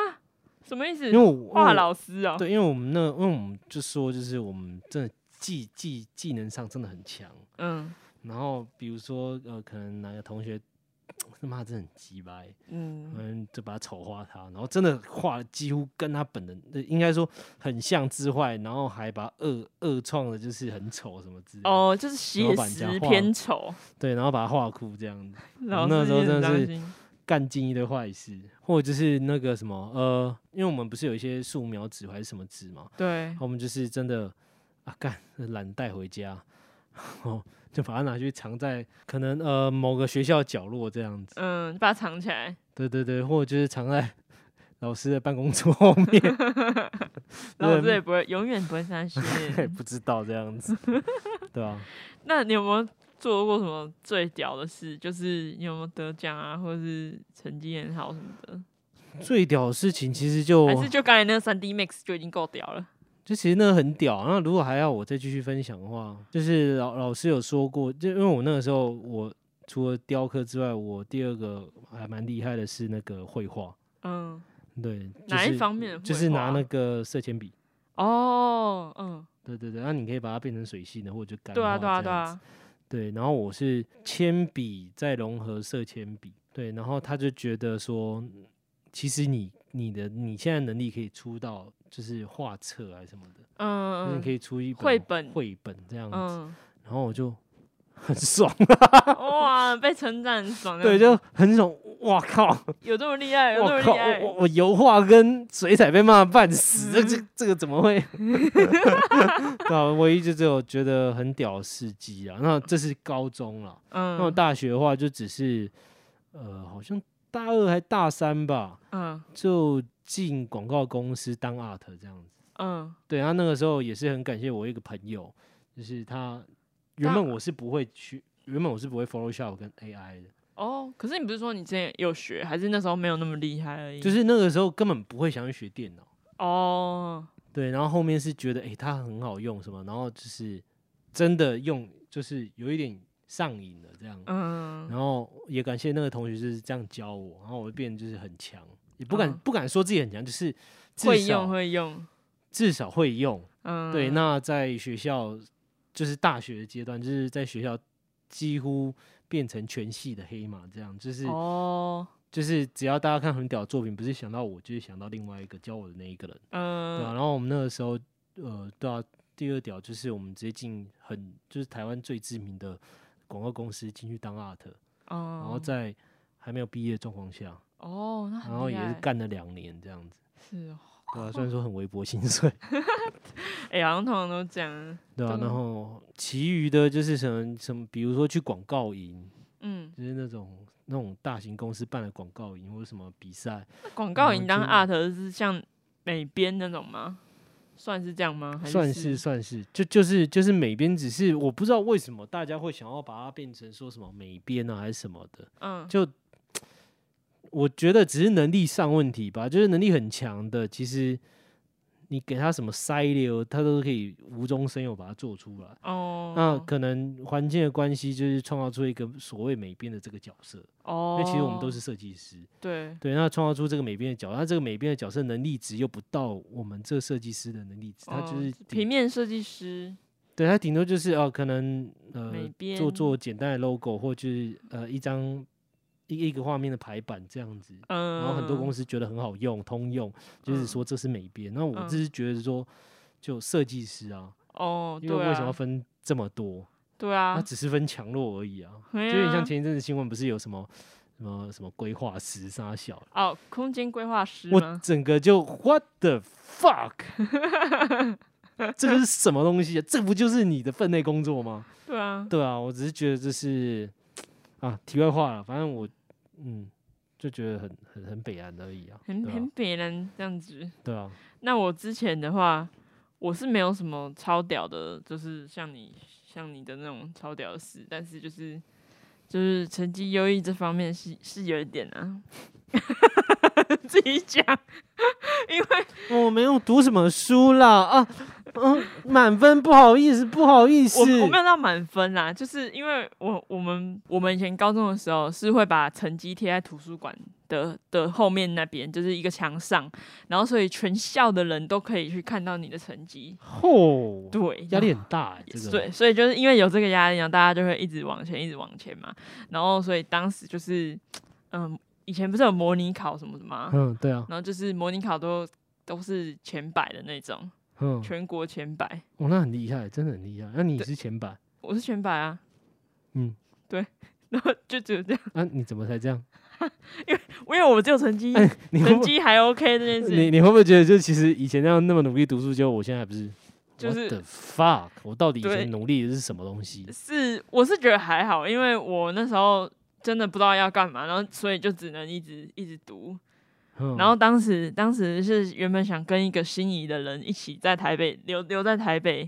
什么意思
因为？我
画
因为
老师哦、
我对，因为我们那因为我们就说就是我们真的技技技能上真的很强，
嗯
然后比如说呃，可能哪个同学他妈真的很鸡掰，
嗯
嗯，就把它丑化他，然后真的画得几乎跟他本人，呃应该说很像之外，然后还把恶恶创的就是很丑什么之类的，
哦，就是
老
写
板
实
讲话
偏丑，
对，然后把他画哭这样子，
老
那
师
时候
也
真
很
的
伤
是
心。
干尽一堆坏事，或者就是那个什么呃，因为我们不是有一些素描纸还是什么纸嘛，
对，
我们就是真的啊干懒带回家，然后就把它拿去藏在可能呃某个学校角落这样子。
嗯，把它藏起来。，
对对对，或者就是藏在 老师的办公桌后面
老师
对
也不会，永远不会 伤心。
也不知道这样子， 对啊，
那你有没有做过什么最屌的事？就是你有没有得奖啊，或者是成绩很好什么的？
最屌的事情其实就
还是就刚才那个三 D Max 就已经够屌了？
就其实那个很屌。那如果还要我再继续分享的话，就是老老师有说过，就因为我那个时候我除了雕刻之外，我第二个还蛮厉害的是那个绘画，
嗯，
对，就是、
哪一方面的绘画？
就是拿那个色铅笔。
哦，嗯，
对对对，那你可以把它变成水性的，或者就干
对啊，
画这
对啊，对
样子
啊，
对，然后我是铅笔再融合色铅笔，对，然后他就觉得说，其实你你的你现在能力可以出到就是画册啊还是什么的，就是
嗯
你可
嗯，
以出一本
绘本
绘本这样子，
嗯，
然后我就很爽，
哇，被称赞很 爽。
对，就很爽，哇靠，
有这么厉害，有这嗯
我
哎么
靠，
厉害嗯
我。我我油画跟水彩被骂得半死，这这这个怎么会？ 对啊，唯一就只有觉得很屌的事迹啊，那这是高中了。
嗯，
那我大学的话，就只是呃，好像大二还大三吧，
嗯
就进广告公司当 art 这样子。
嗯
对，他那个时候也是很感谢我一个朋友，就是他原
当
本我是不会去，原本我是不会 Photoshop 跟 AI 的，
哦，可是你不是说你之前有学，还是那时候没有那么厉害而已？
就是那个时候根本不会想去学电脑。
哦，
对，然后后面是觉得诶，它很好用什么，然后就是真的用，就是有一点上瘾了这样。
嗯
然后也感谢那个同学就是这样教我，然后我就变得就是很强，也不敢、
嗯
不敢说自己很强，就是至
会用
少
会用，
至少会用。
嗯，
对，那在学校就是大学的阶段，就是在学校几乎变成全系的黑马，这样就是
哦，
就是只要大家看很屌的作品，不是想到我，就是想到另外一个教我的那一个人，对啊。
嗯，
然后我们那个时候，呃，对啊，第二屌就是我们直接进很就是台湾最知名的广告公司进去当 art，然后
哦，
在还没有毕业的状况下，
哦，那很
然后
厉
也是
害
干了两年这样子，
是哦，
对 啊，虽然说很微薄薪水，
哎，好像通常都这样，
对啊，
真的
然后其余的就是什么什么，比如说去广告营，
嗯，
就是那种那种大型公司办的广告营或者什么比赛，
那广告
后
营当
就
art 是像美编那种吗？算是这样吗？还
算是
是
算是，就就是就是美编，只是我不知道为什么大家会想要把它变成说什么美编啊还是什么的，
嗯，
就我觉得只是能力上问题吧，就是能力很强的，其实你给他什么塞流，他都可以无中生有把它做出来。那
哦，
可能环境的关系，就是创造出一个所谓美编的这个角色，因
哦，
为其实我们都是设计师，
对，
对，那创造出这个美编的角色，那这个美编的角色能力值又不到我们这设计师的能力值，他就
哦
是顶
平面设计师，
对他顶多就是哦、可能呃
美编
做做简单的 logo，或就是呃一张一一个画面的排版这样子。
嗯，
然后很多公
司，
司觉得很好用，通用，就是
嗯
说这是美编。那我
嗯
只是觉得说，就设计师啊，
哦，
因为
对
为什么
啊
要，分这么多？
对
它
啊，
只是分强弱而已啊。
就
就有点像前一阵子新闻，不是有什么什么什么规划师杀小，
哦，空间规划师
我
吗？
整个就 What the fuck，这个是什么东西啊？这不就是你的分内工作吗？
对啊，
对啊，我只是觉得这是啊，题外话了，反正我嗯就觉得很很很北岸而已啊，
很
对啊
很北人这样子。
对啊，
那我之前的话，我是没有什么超屌的，就是像你像你的那种超屌的事，但是就是就是成绩优异这方面是是有一点啊， 自己讲，因为
我没有读什么书啦啊，嗯，满分不好意思，不好意思
我，我没有到满分啦，就是因为我我们我们以前高中的时候是会把成绩贴在图书馆的的后面那边，就是一个墙上，然后所以全校的人都可以去看到你的成绩。
吼，
对，
压力很大欸，这个
对，所以哦就是因为有这个压力，然后大家就会一直往前，一直往前嘛。然后所以当时就是，嗯，以前不是有模拟考什么的吗？
嗯，对啊，
然后就是模拟考都都是前百的那种，
嗯，
全国前百，
哦，那很厉害，真的很厉害。那你
对
是前板，
我是前百啊。
嗯，
对。然后就只有这样，
啊，你怎么才这样？
因为我只有成绩，
哎，你会
成
不会
绩还 OK 这件
你
事，
你会不会觉得，就其实以前那样那么努力读书，结果我现在还不是？
就是
What the fuck，我到底以
对
前努力的是什么东西？
是我是觉得还好，因为我那时候真的不知道要干嘛，然后所以就只能一直一直读，
嗯
然后当时当时是原本想跟一个心仪的人一起在台北留留在台北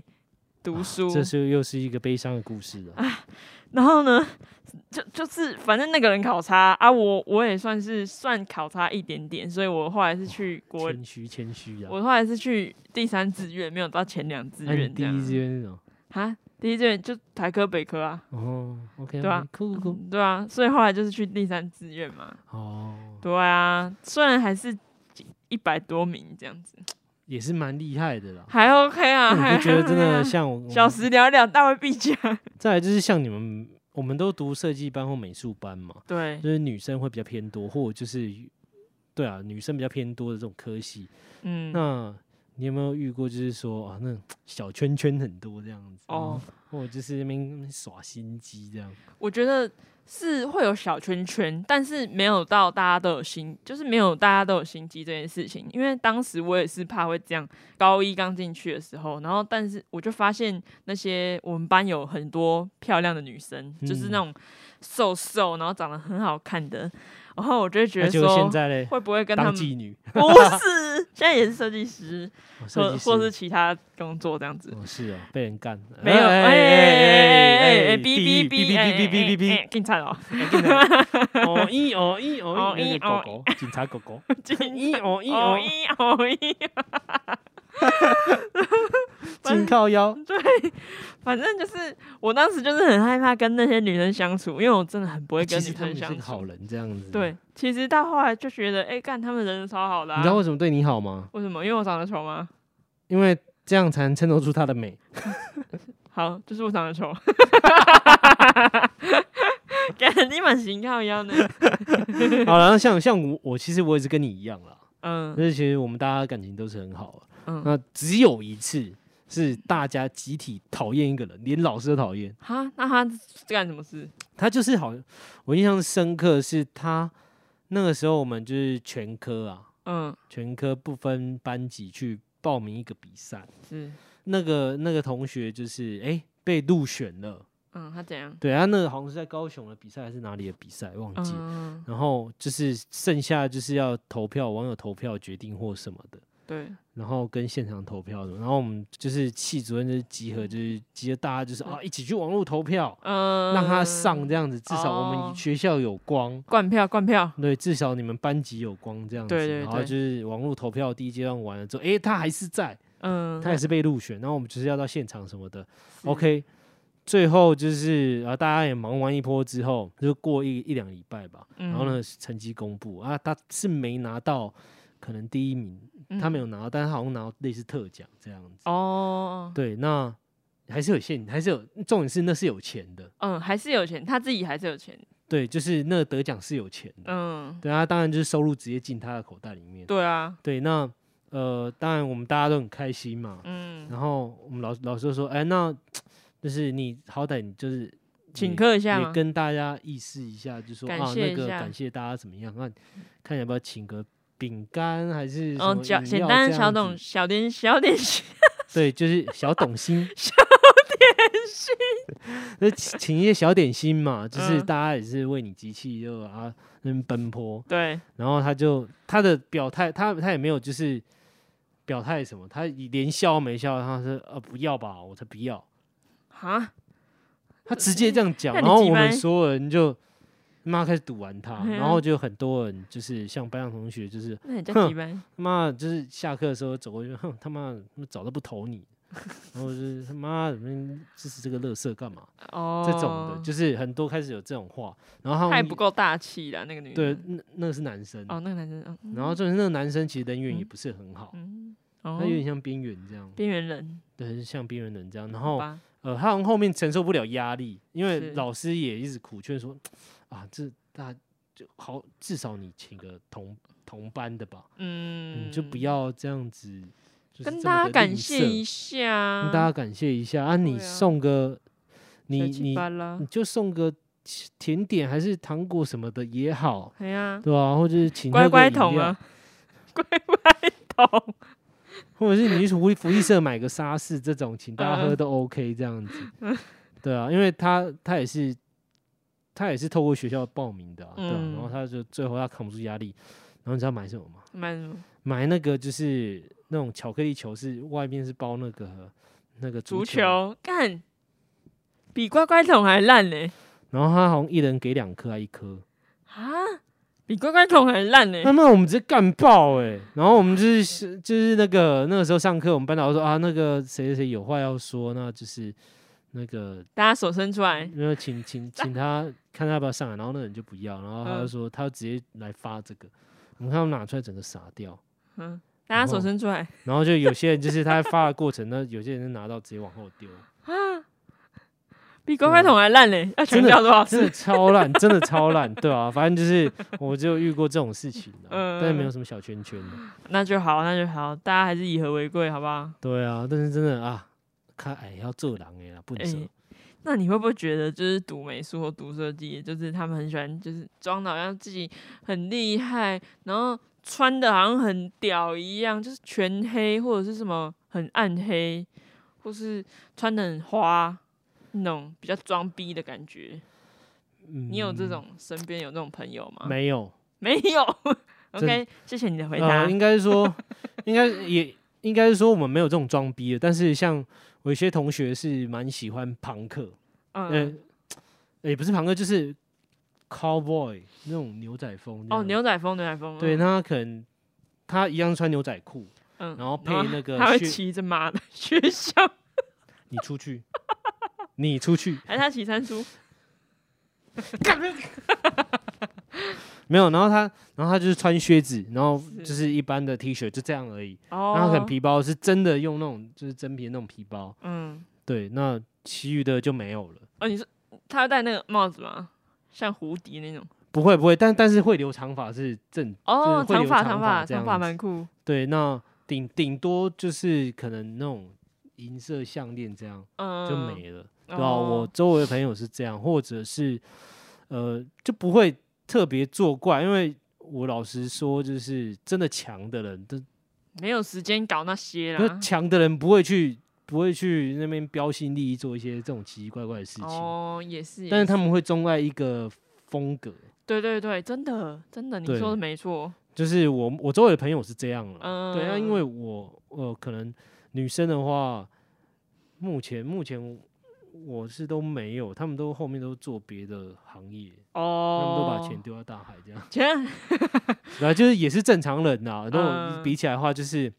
读书，
啊这是又是一个悲伤的故事了。
然后呢，就就是反正那个人考察啊，我我也算是算考察一点点，所以 我后来是去国，
谦虚谦虚啊！
我后来是去第三志愿，没有到前两志
那啊你
愿
第
这
一志
样。
愿是什么？
啊，第一志愿就台科北科啊，
哦，OK，
对啊，
酷酷酷。
对啊，所以后来就是去第三志愿嘛，
哦，
对啊，虽然还是一百多名这样子，
也是蛮厉害的啦。
还 OK 啊，
那
还
你不觉得真
OK 啊
的像我我
小
们？
时聊一聊，大卫必讲。
再来就是像你们，我们都读设计班或美术班嘛，
对，
就是女生会比较偏多，或者就是对啊，女生比较偏多的这种科系。
嗯，
那你有没有遇过，就是说啊，那小圈圈很多这样子
哦，
或者就是那边那边耍心机这样？
我觉得是会有小圈圈，但是没有到大家都有心，就是没有大家都有心机这件事情。因为当时我也是怕会这样，高一刚进去的时候，然后但是我就发现那些我们班有很多漂亮的女生，就是那
嗯
种瘦瘦，然后长得很好看的，然后我就会觉
那
得
结果
说
现。在嘞，
会不会跟他
当
们
妓女，
不是？现在也是设计师，
哦 设
或
计
或是
师
其他工作这样子。
哦是哦，被人干
没有，哎哎哎哎，哔
哔
哔
哔哔哔
哔
哔哔
哔，警察哦，
哔，哦一哦一哦
哦
一，那
一
个
哦
狗狗警察狗狗，
警
一哦一
哦
哦
一哦一，
紧靠腰，
反正就是我当时就是很害怕跟那些女生相处，因为我真的很不会跟
其
女
实他们
生
也是
相
个好
处。
人这样子。，
对，其实到后来就觉得，哎，干他们人超好的，
你知道为什么对你好吗？
为什么？因为我长得丑吗？
因为这样才能衬托出她的 美。
好，就是我长得丑。感觉你蛮转型要一样的，
好了，那像像我，我其实我也是跟你一样啦，
嗯
但是其实我们大家感情都是很好啊。
嗯，
那只有一次是大家集体讨厌一个人，连老师都讨厌。
哈，那他干什么事？
他就是好像我印象深刻是他那个时候我们就是全科啊，
嗯，
全科不分班级去报名一个比赛，
是，
那个那个同学就是哎、诶被入选了，
嗯，他怎样？
对他那个好像是在高雄的比赛还是哪里的比赛忘记了。
嗯，
然后就是剩下就是要投票，网友投票决定或什么的，
对，
然后跟现场投票的，然后我们就是系主任就是集合，就是集合大家就是啊一起去网络投票，
嗯，
让他上这样子，至少我
哦
们学校有光，
灌票，灌票，
对，至少你们班级有光这样子。
对对
然后
对
就是网络投票第一阶段完了之后，诶，他还是在，
嗯，
他也是被入选，然后我们就是要到现场什么的。
是
OK，最后就是啊，大家也忙完一波之后，就过一一两礼拜吧，
嗯
然后呢成绩公布啊，他是没拿到可能第一名，
嗯
他没有拿到，但他好像拿到类似特奖这样子。
哦，
对，那还是有限，还是有重点是那是有钱的，
嗯，还是有钱，他自己还是有钱，
对，就是那个得奖是有钱的，
嗯，
对啊，当然就是收入直接进他的口袋里面。
对啊，
对，那呃，当然我们大家都很开心嘛。
嗯，
然后我们老老师就说，哎，那就是你好歹你就是
请
也
客一下
也
嘛，
跟大家意识一下，就说
啊感
啊，
谢
那
一
个
下
感谢大家怎么样？看看要不要请个饼干还是什么
嗯，简
饮
简
料
单
这
小
样
点
子
小点小点 心，
对，就是小点 心，小点 心，那请请一些小点心嘛，就是
嗯
大家也是为你集气，就啊那边奔波。
对，
然后他就他的表态，他他也没有就是表态什么，他连笑都没笑，他说呃不要吧，我才不要，
哈，
他直接这样讲，
那
然
你
后
鸡
我们
掰
所有人就妈开始堵完他，
嗯
然后就很多人就是像班上同学，就是
那你叫
哼
几班？
他妈的就是下课的时候走过去，哼他妈的早都不投 你，然后就是他妈的支持这个乐色干嘛？
哦，
这种的就是很多开始有这种话，然后他们
太不够大气了，那个女的。
对，那那个是男生，
哦，那个男生，嗯
然后就是那个男生其实人缘也
嗯
不是很好，
嗯，
他
哦
有，点像边缘这样，
边缘人，
对，像边缘人这样，然
好
后
吧，
呃，他好像后面承受不了压力，因
是
为老师也一直苦劝说，啊，这大就好，至少你请个同同班的吧，
嗯，
你就不要这样子，就是
跟
这么
大家
的
感
吝
谢
啬
一下，
跟大家感谢一下啊，你
对啊
送个、你
小七
你嗯
八啦
你，就送个甜点还是糖果什么的也 好，
哎呀，
对吧、或者是请喝
乖
个
乖
饮
桶
料
啊，乖乖桶，
或者是你去福利福利社买个沙士这种，请大家
嗯
喝都 OK 这样子。 对啊，因为他他也是他也是透过学校报名的、啊，对、啊
嗯
然后他就最后他扛不住压力，然后你知道买什么吗？
买什么？
买那个就是那种巧克力球，是外面是包那个那个
足
球，
球干，比乖乖桶还烂呢，
然后他好像一人给两颗还一 颗，
啊，比乖乖桶还烂呢，
那么我们直接干爆哎、然后我们就是 就是那个那个时候上课，我们班导师说啊，那个谁谁谁有话要说，那就是那个
大家手伸出来，
没有请 请请他看他要不要上来，然后那个人就不要，然后他就说他直接来发这 个，我们看他们拿出来整个傻掉，
嗯，大家手伸出来，
然后就有些人就是他在发的过程，那有些人就拿到直接往后 丢，
啊比乖乖桶还烂呢，要强调多少
真
次
的？超烂，真的超烂，对啊，反正就是我只有遇过这种事情、啊，
嗯
但是没有什么小圈圈的，
那就好，那就好，大家还是以和为贵，好不好？
对啊，但是真的啊，看哎要做狼哎啦，不能
哎、那你会不会觉得，就是读美术或读设计，就是他们很喜欢，就是装的好像自己很厉害，然后穿的好像很屌一样，就是全黑或者是什么很暗黑，或是穿的很花，那种比较装逼的感觉。你有这
嗯
种身边有这种朋友吗？
没有？
没有。
真
OK，谢谢你的回答。
呃，应该是 说，应该也应该是说我们没有这种装逼的，但是像我有些同学是蛮喜欢朋克，
嗯，
嗯、呃，也不是朋克，就是 cowboy 那种牛仔风这
哦，
样。
牛仔风，牛仔风。
对，
嗯，
那他可能他一样穿牛仔裤，
嗯
然后配那个
他会
靴
骑着马的 学校，
你出去，你出去，
还是他骑 三叔？
没有，然后他然后他就是穿靴子，然后
是
就是一般的 T 恤，就这样而已。
哦，
然后他可能皮包是真的用那种就是真皮的那种皮包，
嗯，
对，那其余的就没有了。
哦，你说他要戴那个帽子吗？像蝴蝶那种。
不会不会，但但是会留长发是正
哦，
就是会
长
留
发
长
长
发
发
这
长
样
发
子
蛮酷。
对。那顶顶多就是可能那种银色项链这样
嗯，
就。没了，对吧、我
哦，
周围的朋友是这样，或者是呃就不会特别作怪，因为我老实说，就是真的强的人，都
没有时间搞那些
可是
啦。
强的人不会去不会去那边标新立异做一些这种奇奇怪怪的事情，
哦，也是。
但是
也
他们会钟爱一个风格。
对对对，真的真的，你
对
说的没错。
就是我我周围的朋友是这样了，对，那
嗯
因为我呃可能女生的话，目前目前我是都没有，他们都后面都做别的行业，他们都
哦，
把钱丢到大海这样，
钱
然后就是也是正常人呐、那种
嗯
比起来的话就是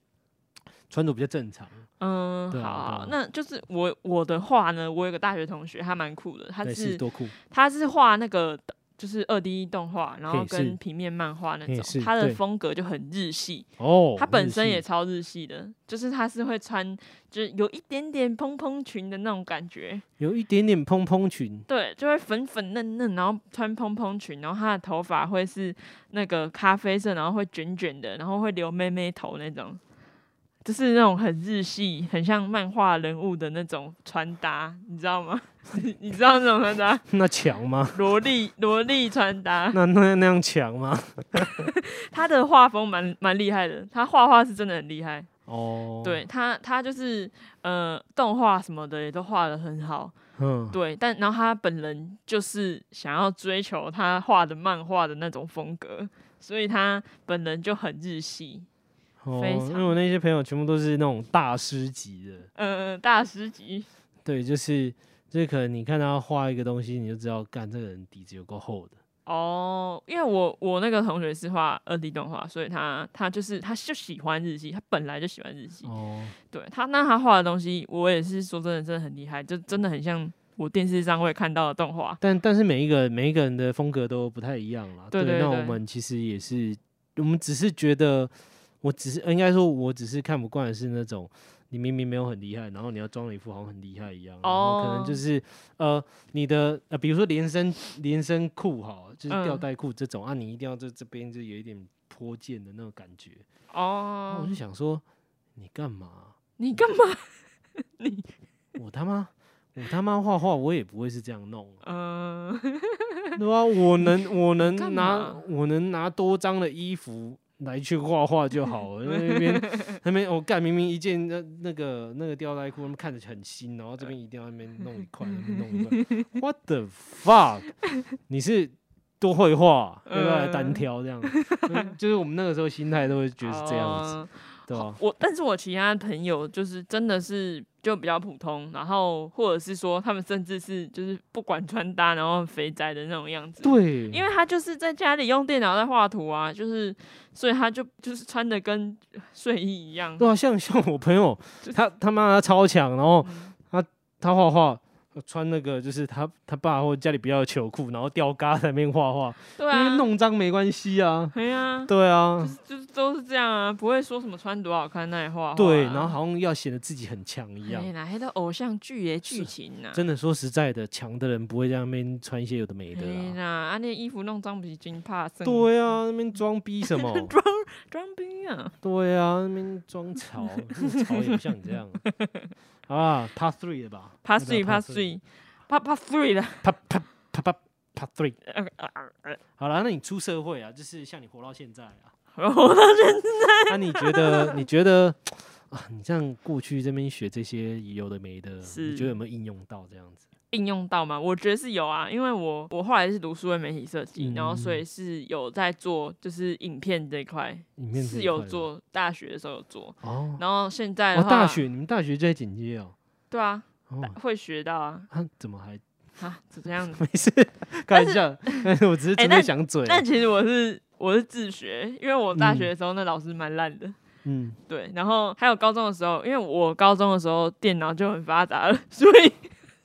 穿着比较正常，
嗯，
对啊
好
对啊
好，那就是我我的话呢，我有个大学同学，他蛮酷的，他
那
是
是多酷，
他是画那个就是二 D 动画，然后
嘿是
跟平面漫画那
嘿是
种，他的
对
风格就很日系，
哦，
他本身
日系
也超日系的，就是他是会穿就是有一点点蓬蓬裙的那种感觉，
有一点点蓬蓬裙，
对，就会粉粉嫩嫩，然后穿蓬蓬裙，然后他的头发会是那个咖啡色，然后会卷卷的，然后会留妹妹头那种，就是那种很日系，很像漫画人物的那种穿搭，你知道吗？ 你你知道那种穿搭，
那强吗？
萝莉萝莉穿搭，
那那那样强吗？
他的画风蛮蛮厉害的，他画画是真的很厉害，
哦，，
对他他就是呃动画什么的也都画的很好，
嗯，
对，但然后他本人就是想要追求他画的漫画的那种风格，所以他本人就很日系，
哦
非常
因为我那些朋友全部都是那种大师级的。
呃，大师级，
对，就是就是可能你看他画一个东西，你就知道，干这个人底子有够厚的。
哦，因为我我那个同学是画二 D 动画，所以他他就是他就喜欢日系，他本来就喜欢日系。
哦，
对他那他画的东西，我也是说真的真的很厉害，就真的很像我电视上会看到的动画。
但但是每一个每一个人的风格都不太一样啦。
对对
那我
对
们其实也是，我们只是觉得，我只是应该说，我只是看不惯的是那种。你明明没有很厉害，然后你要装的一副好像很厉害一样，然后可能
哦
就是呃，你的呃，比如说连身连身裤哈，就是吊
嗯
带裤这种、啊，你一定要这这边就有一点坡见的那种感觉。然后
哦
我就，想说，你干嘛、
你干嘛？
我他妈，我他妈画画，我也不会是这样弄 啊、
嗯、
对吧、我能，我
干
能拿
嘛，
我能拿多张的衣服来去画画就好 了。那边那边，我哦干明明一件那那个那个吊带裤，他们看着很新，然后这边一定要那边弄一块，那边弄一 块。What the fuck？你是多会画，对吧？单
嗯
挑这样， 嗯就是我们那个时候心态都会觉得是这样子，
哦
对吧、
好我但是我其他朋友就是真的是就比较普通，然后或者是说他们甚至是就是不管穿搭，然后很肥宅的那种样子。
对，
因为他就是在家里用电脑在画图啊，就是所以他就就是穿的跟 睡衣一样。
对啊，像像我朋友
嗯 就，
他他妈他超强，然后
嗯
他他画画。呃穿那个就是他他爸或家里比较有球裤，然后吊嘎在那边画画，
对
因为
啊，
弄脏没关系 啊。
对啊，
对啊，
就是都是这样啊，不会说什么穿多好看那里画画啊。
对，然后好像要显得自己很强一样
哎。哪来的偶像剧耶剧情啊呐？
真的说实在的，强的人不会在那边穿一些有的没的
哎
啦。
呀，啊那衣服弄脏不是真怕生
对啊，那边装逼什么？
装逼啊。
对啊，那边装潮，潮也不像你这 样啊。啊，Part Three 了吧
Part
要不要
three, part three, part part three 的。呃
啪啪啪啪啪 three。好了，那你出社会啊，就是像你活到现在啊，
我
那、你觉得你觉得啊，你这样过去这边学这些有的没的，你
是
觉得有没有应用到这样子？
应用到吗？我觉得是有啊，因为我我后来是读数位媒体设计，
嗯
然后所以是有在做就是影片这一块，
里面这
是
一
有
块的
做大学的时候有做，
哦。
然后现在
哦，
的话，
大学你们大学就在剪接哦，
对啊，
哦，
会学到啊，
啊、怎么还？
啊怎么样
没事？开玩笑，但 是我只是
哎
真的
那
想嘴、
但其实我是我是自学，因为我大学的时候那老师蛮烂的，
嗯，
对，然后还有高中的时候，因为我高中的时候电脑就很发达了，所以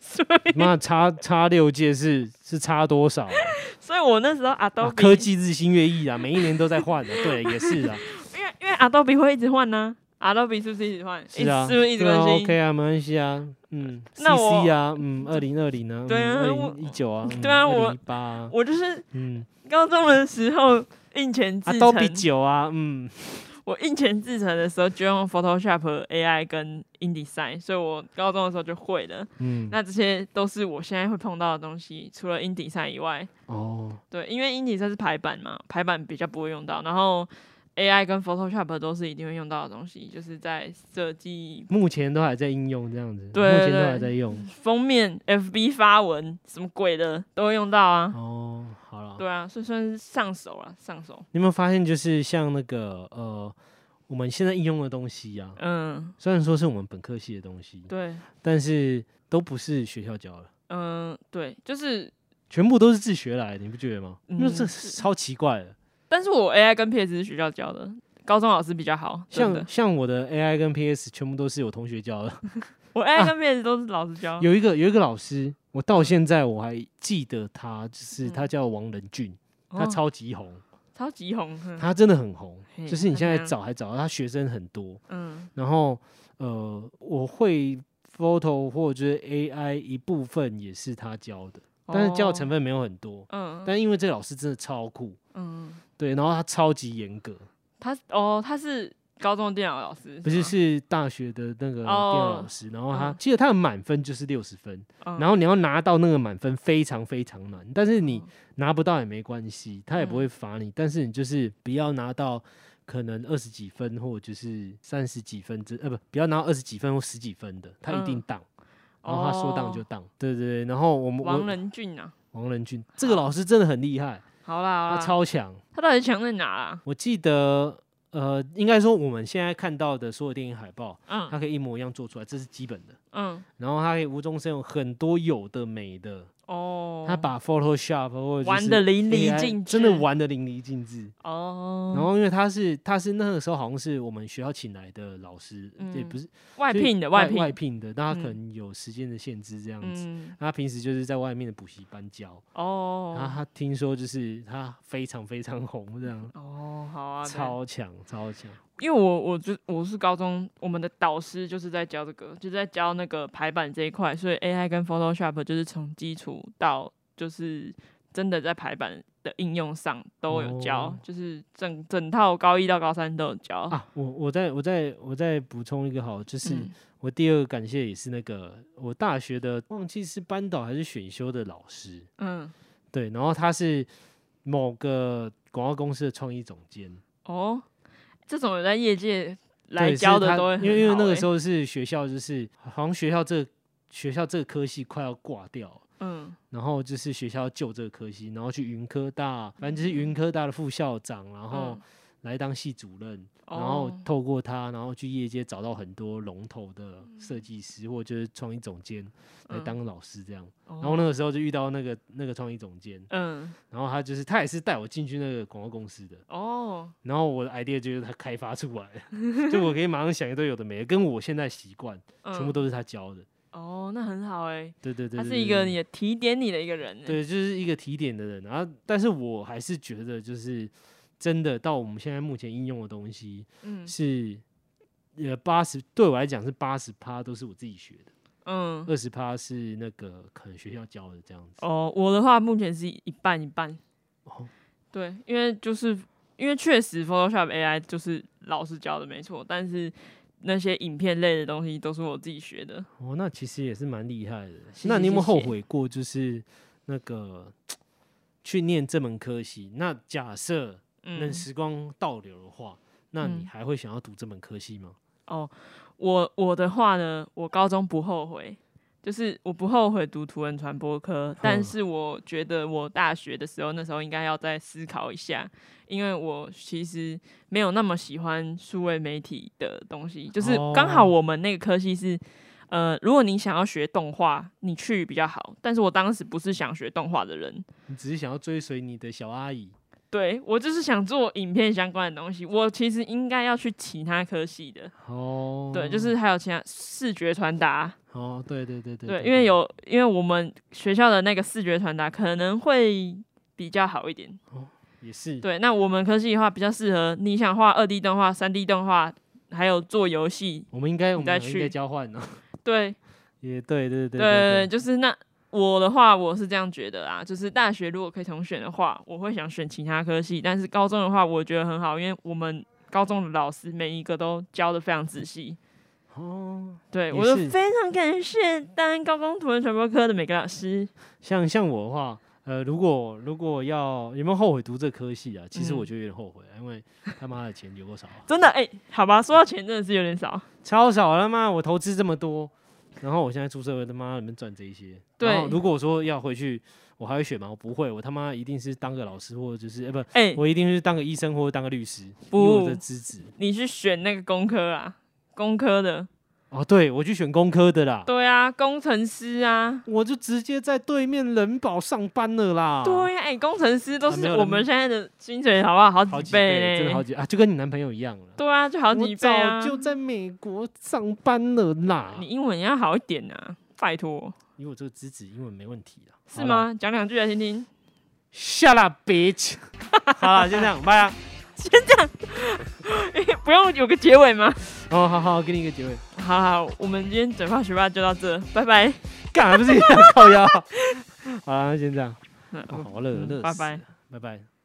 所以
那差差六届是是差多少啊、
所以我那时候
啊
Adobe、
科技日新月异啊，每一年都在换啊。对，也是啊。
因为因为 Adobe 会一直换呢、啊 Adobe 是不是一直换？一
是
直
啊，
是不是一直
对啊
更新？
OK 啊，没关系啊，嗯
呃那我
，CC 啊，嗯，二零二零啊，
对啊
二
我
零一九啊，
对啊我
一八啊，
我就是
嗯
高中的时候印前制成，
，Adobe 九啊，嗯，
我印前制成的时候就用 Photoshop、AI 跟 InDesign，所以我高中的时候就会了。
嗯，
那这些都是我现在会碰到的东西，除了 InDesign 以外，
哦，
对，因为 InDesign 是排版嘛，排版比较不会用到，然后 AI 跟 Photoshop 都是一定会用到的东西，就是在设计
目前都还在应用这样子，
对
目前
对
都还在用，
封面、FB 发文什么鬼的都会用到啊。
哦，好了，
对啊，所以算是上手了，上手。
你有没有发现，就是像那个呃，我们现在应用的东西呀、啊，
嗯，
虽然说是我们本科系的东西，
对，
但是都不是学校教的，
嗯，对，就是，
全部都是自学来的，你不觉得吗？那、
嗯
这
是
超奇怪的。
但是我 AI 跟 PS 是学校教的，高中老师比较好，真的
像。像我的 AI 跟 PS 全部都是有同学教的，
我 AI 跟 PS 都是老师教。
啊有一个有一个老师，我到现在我还记得他，就是
嗯
他叫王仁俊，
哦
他超级红，
超级红，嗯
他真的很红，
嘿
就是你
他
现在
怎样
找还找到他学生很多，
嗯
然后呃，我会 Photo 或者是 AI 一部分也是他教的，但是教
哦
成分没有很多。
嗯
但因为这个老师真的超酷，
嗯，
对，然后他超级严格，
他哦，他是高中的电脑老师，
不是
吗，哦
是大学的那个电脑老师，然后他
嗯
记得他的满分就是六十分，
嗯
然后你要拿到那个满分非常非常难，但是你
哦
拿不到也没关系，他也不
嗯
会罚你，但是你就是不要拿到。可能二十几分，或者就是三十几分之，呃，不，不要拿到二十几分或十几分的，他一定
嗯
当。然后他说当
哦
就当，对对对。然后我们
王
我
仁俊啊，
王仁俊这个老师真的很厉害，
好啦，好啊
他
啦
超强。
他到底强在哪啦？
我记得呃，应该说我们现在看到的所有电影海报，他
嗯
可以一模一样做出来，这是基本的。
嗯
然后他可以无中生有很多有的没的，
哦，
他把 Photoshop 或者就
玩
是
的淋漓
AI
尽致，
真的玩的淋漓尽致。
哦，
然后因为他是他是那个时候好像是我们学校请来的老师，也
嗯
不是
外
就是
聘的
外
聘，
聘的，但他可
嗯
能有时间的限制这样子。
嗯
他平时就是在外面的补习班教，然后
哦
他听说就是他非常非常红，这样
哦好啊，那
超强超强。
因为我我就我是高中，我们的导师就是在教这个，就是在教那个排版这一块，所以 AI 跟 Photoshop 就是从基础到就是真的在排版的应用上都有教，
哦
就是整整套高一到高三都有教。
啊！我我再我再我再补充一个好，就是
哦嗯
我第二个感谢也是那个我大学的忘记是班导还是选修的老师，
嗯，
对，然后他是某个广告公司的创意总监，
哦，这种有在业界来
对是
教的
他
都会很好、欸
因为因为那个时
候，
候是学校就是好像学校这学校这个科系快要挂掉了。
嗯
然后就是学校救这个科系，然后去云科大，反正就是云科大的副校长，然后
嗯
来当系主任，
哦
哦然后透过他，然后去业界找到很多龙头的设计师或者就是创意总监来
嗯
当老师这样。
然
然后那个时候就遇到那个那个创意总监，
嗯
然后他就是他也是带我进去那个广告公司的，
哦
然后我的 idea 就是他开发出 来的，就我可以马上想一堆有的没的，跟我现在习惯
嗯
全部都是他教的。
哦，那很好哎、
对对对
他
对
是一
对
个
对
你的提点你的一个人、欸，
对，就是一个提点的人。然后，但是我还是觉得，就是真的到我们现在目前应用的东西
嗯
是，呃，八十对我来讲是八十趴都是我自己学的，
嗯，
二十趴是那个可能学校教的这样子。
哦，我的话目前是一半一半。
哦
对，因为就是因为确实 Photoshop AI 就是老师教的没错，但是那些影片类的东西都是我自己学的。
哦，那其实也是蛮厉害的。
谢
那
谢
你有没有
谢
后
谢
悔过，就是那个去念这门科系？那假设
嗯
能，时光倒流的话，那你
嗯
还会想要读这门科系吗？
哦，我我的话呢，我高中不后悔，就是我不后悔读图文传播科，但
哼
是我觉得我大学的时候那时候应该要再思考一下，因为我其实没有那么喜欢数位媒体的东西，就是刚好
哦
我们那个科系是。呃，如果你想要学动画，你去比较好。但是我当时不是想学动画的人，
你只是想要追随你的小阿姨。
对我就是想做影片相关的东西。我其实应该要去其他科系的，
哦，
对，就是还有其他视觉传达，
哦，对对对对
对，因为有因为我们学校的那个视觉传达可能会比较好一点。
也是
对，那我们科系的话比较适合你想画二 D 动画、三 D 动画还有做游戏，
我们应该我
你再
们应该
去
交换呢、
对
也对对对
对，就是那我的话，我是这样觉得啦，就是大学如果可以重选的话，我会想选其他科系，但是高中的话，我觉得很好，因为我们高中的老师每一个都教的非常仔细。
哦，
对，
也
我就是非常感谢丹高工图文传播科的每个老师。
像像我的话，呃，如果如果要有没有后悔读这科系啊？其实我
嗯
觉得有点后悔，啊因为他妈的钱有多少啊？
真的哎、好吧，说到钱真的是有点少。
超少他妈我投资这么多，然后我现在出社会他妈能不能赚这一些？
对
然后如果说要回去，我还会选吗？我不会，我他妈一定是当个老师，或者就是呃、不，
哎、
我一定是当个医生或者当个律师，以
不
我的资质。
你去选那个工科啊，工科的，
哦，对我去选工科的啦，
对啊，工程师啊，
我就直接在对面人保上班了啦。
对呀、哎、工程师都
啊没
是
有人
我们现在的薪水好不好？
好
好
几
倍
倍，真的好几啊，就跟你男朋友一样了。
对啊，就好几倍啊
我早。就在美国上班了啦。
你英文要好一点啊，拜托，
以我这个资质，英文没问题啦。
是吗？讲两句来听 听。
？Shut up, bitch！好 了，就这样，拜啦。
不用有个结尾吗？
哦，好好，给你一个结尾。
好好，我们今天整发学霸就到这，拜拜。
干，不是靠腰。好了，那先这样。
嗯
哦好热，热
拜
死
拜
了，拜拜。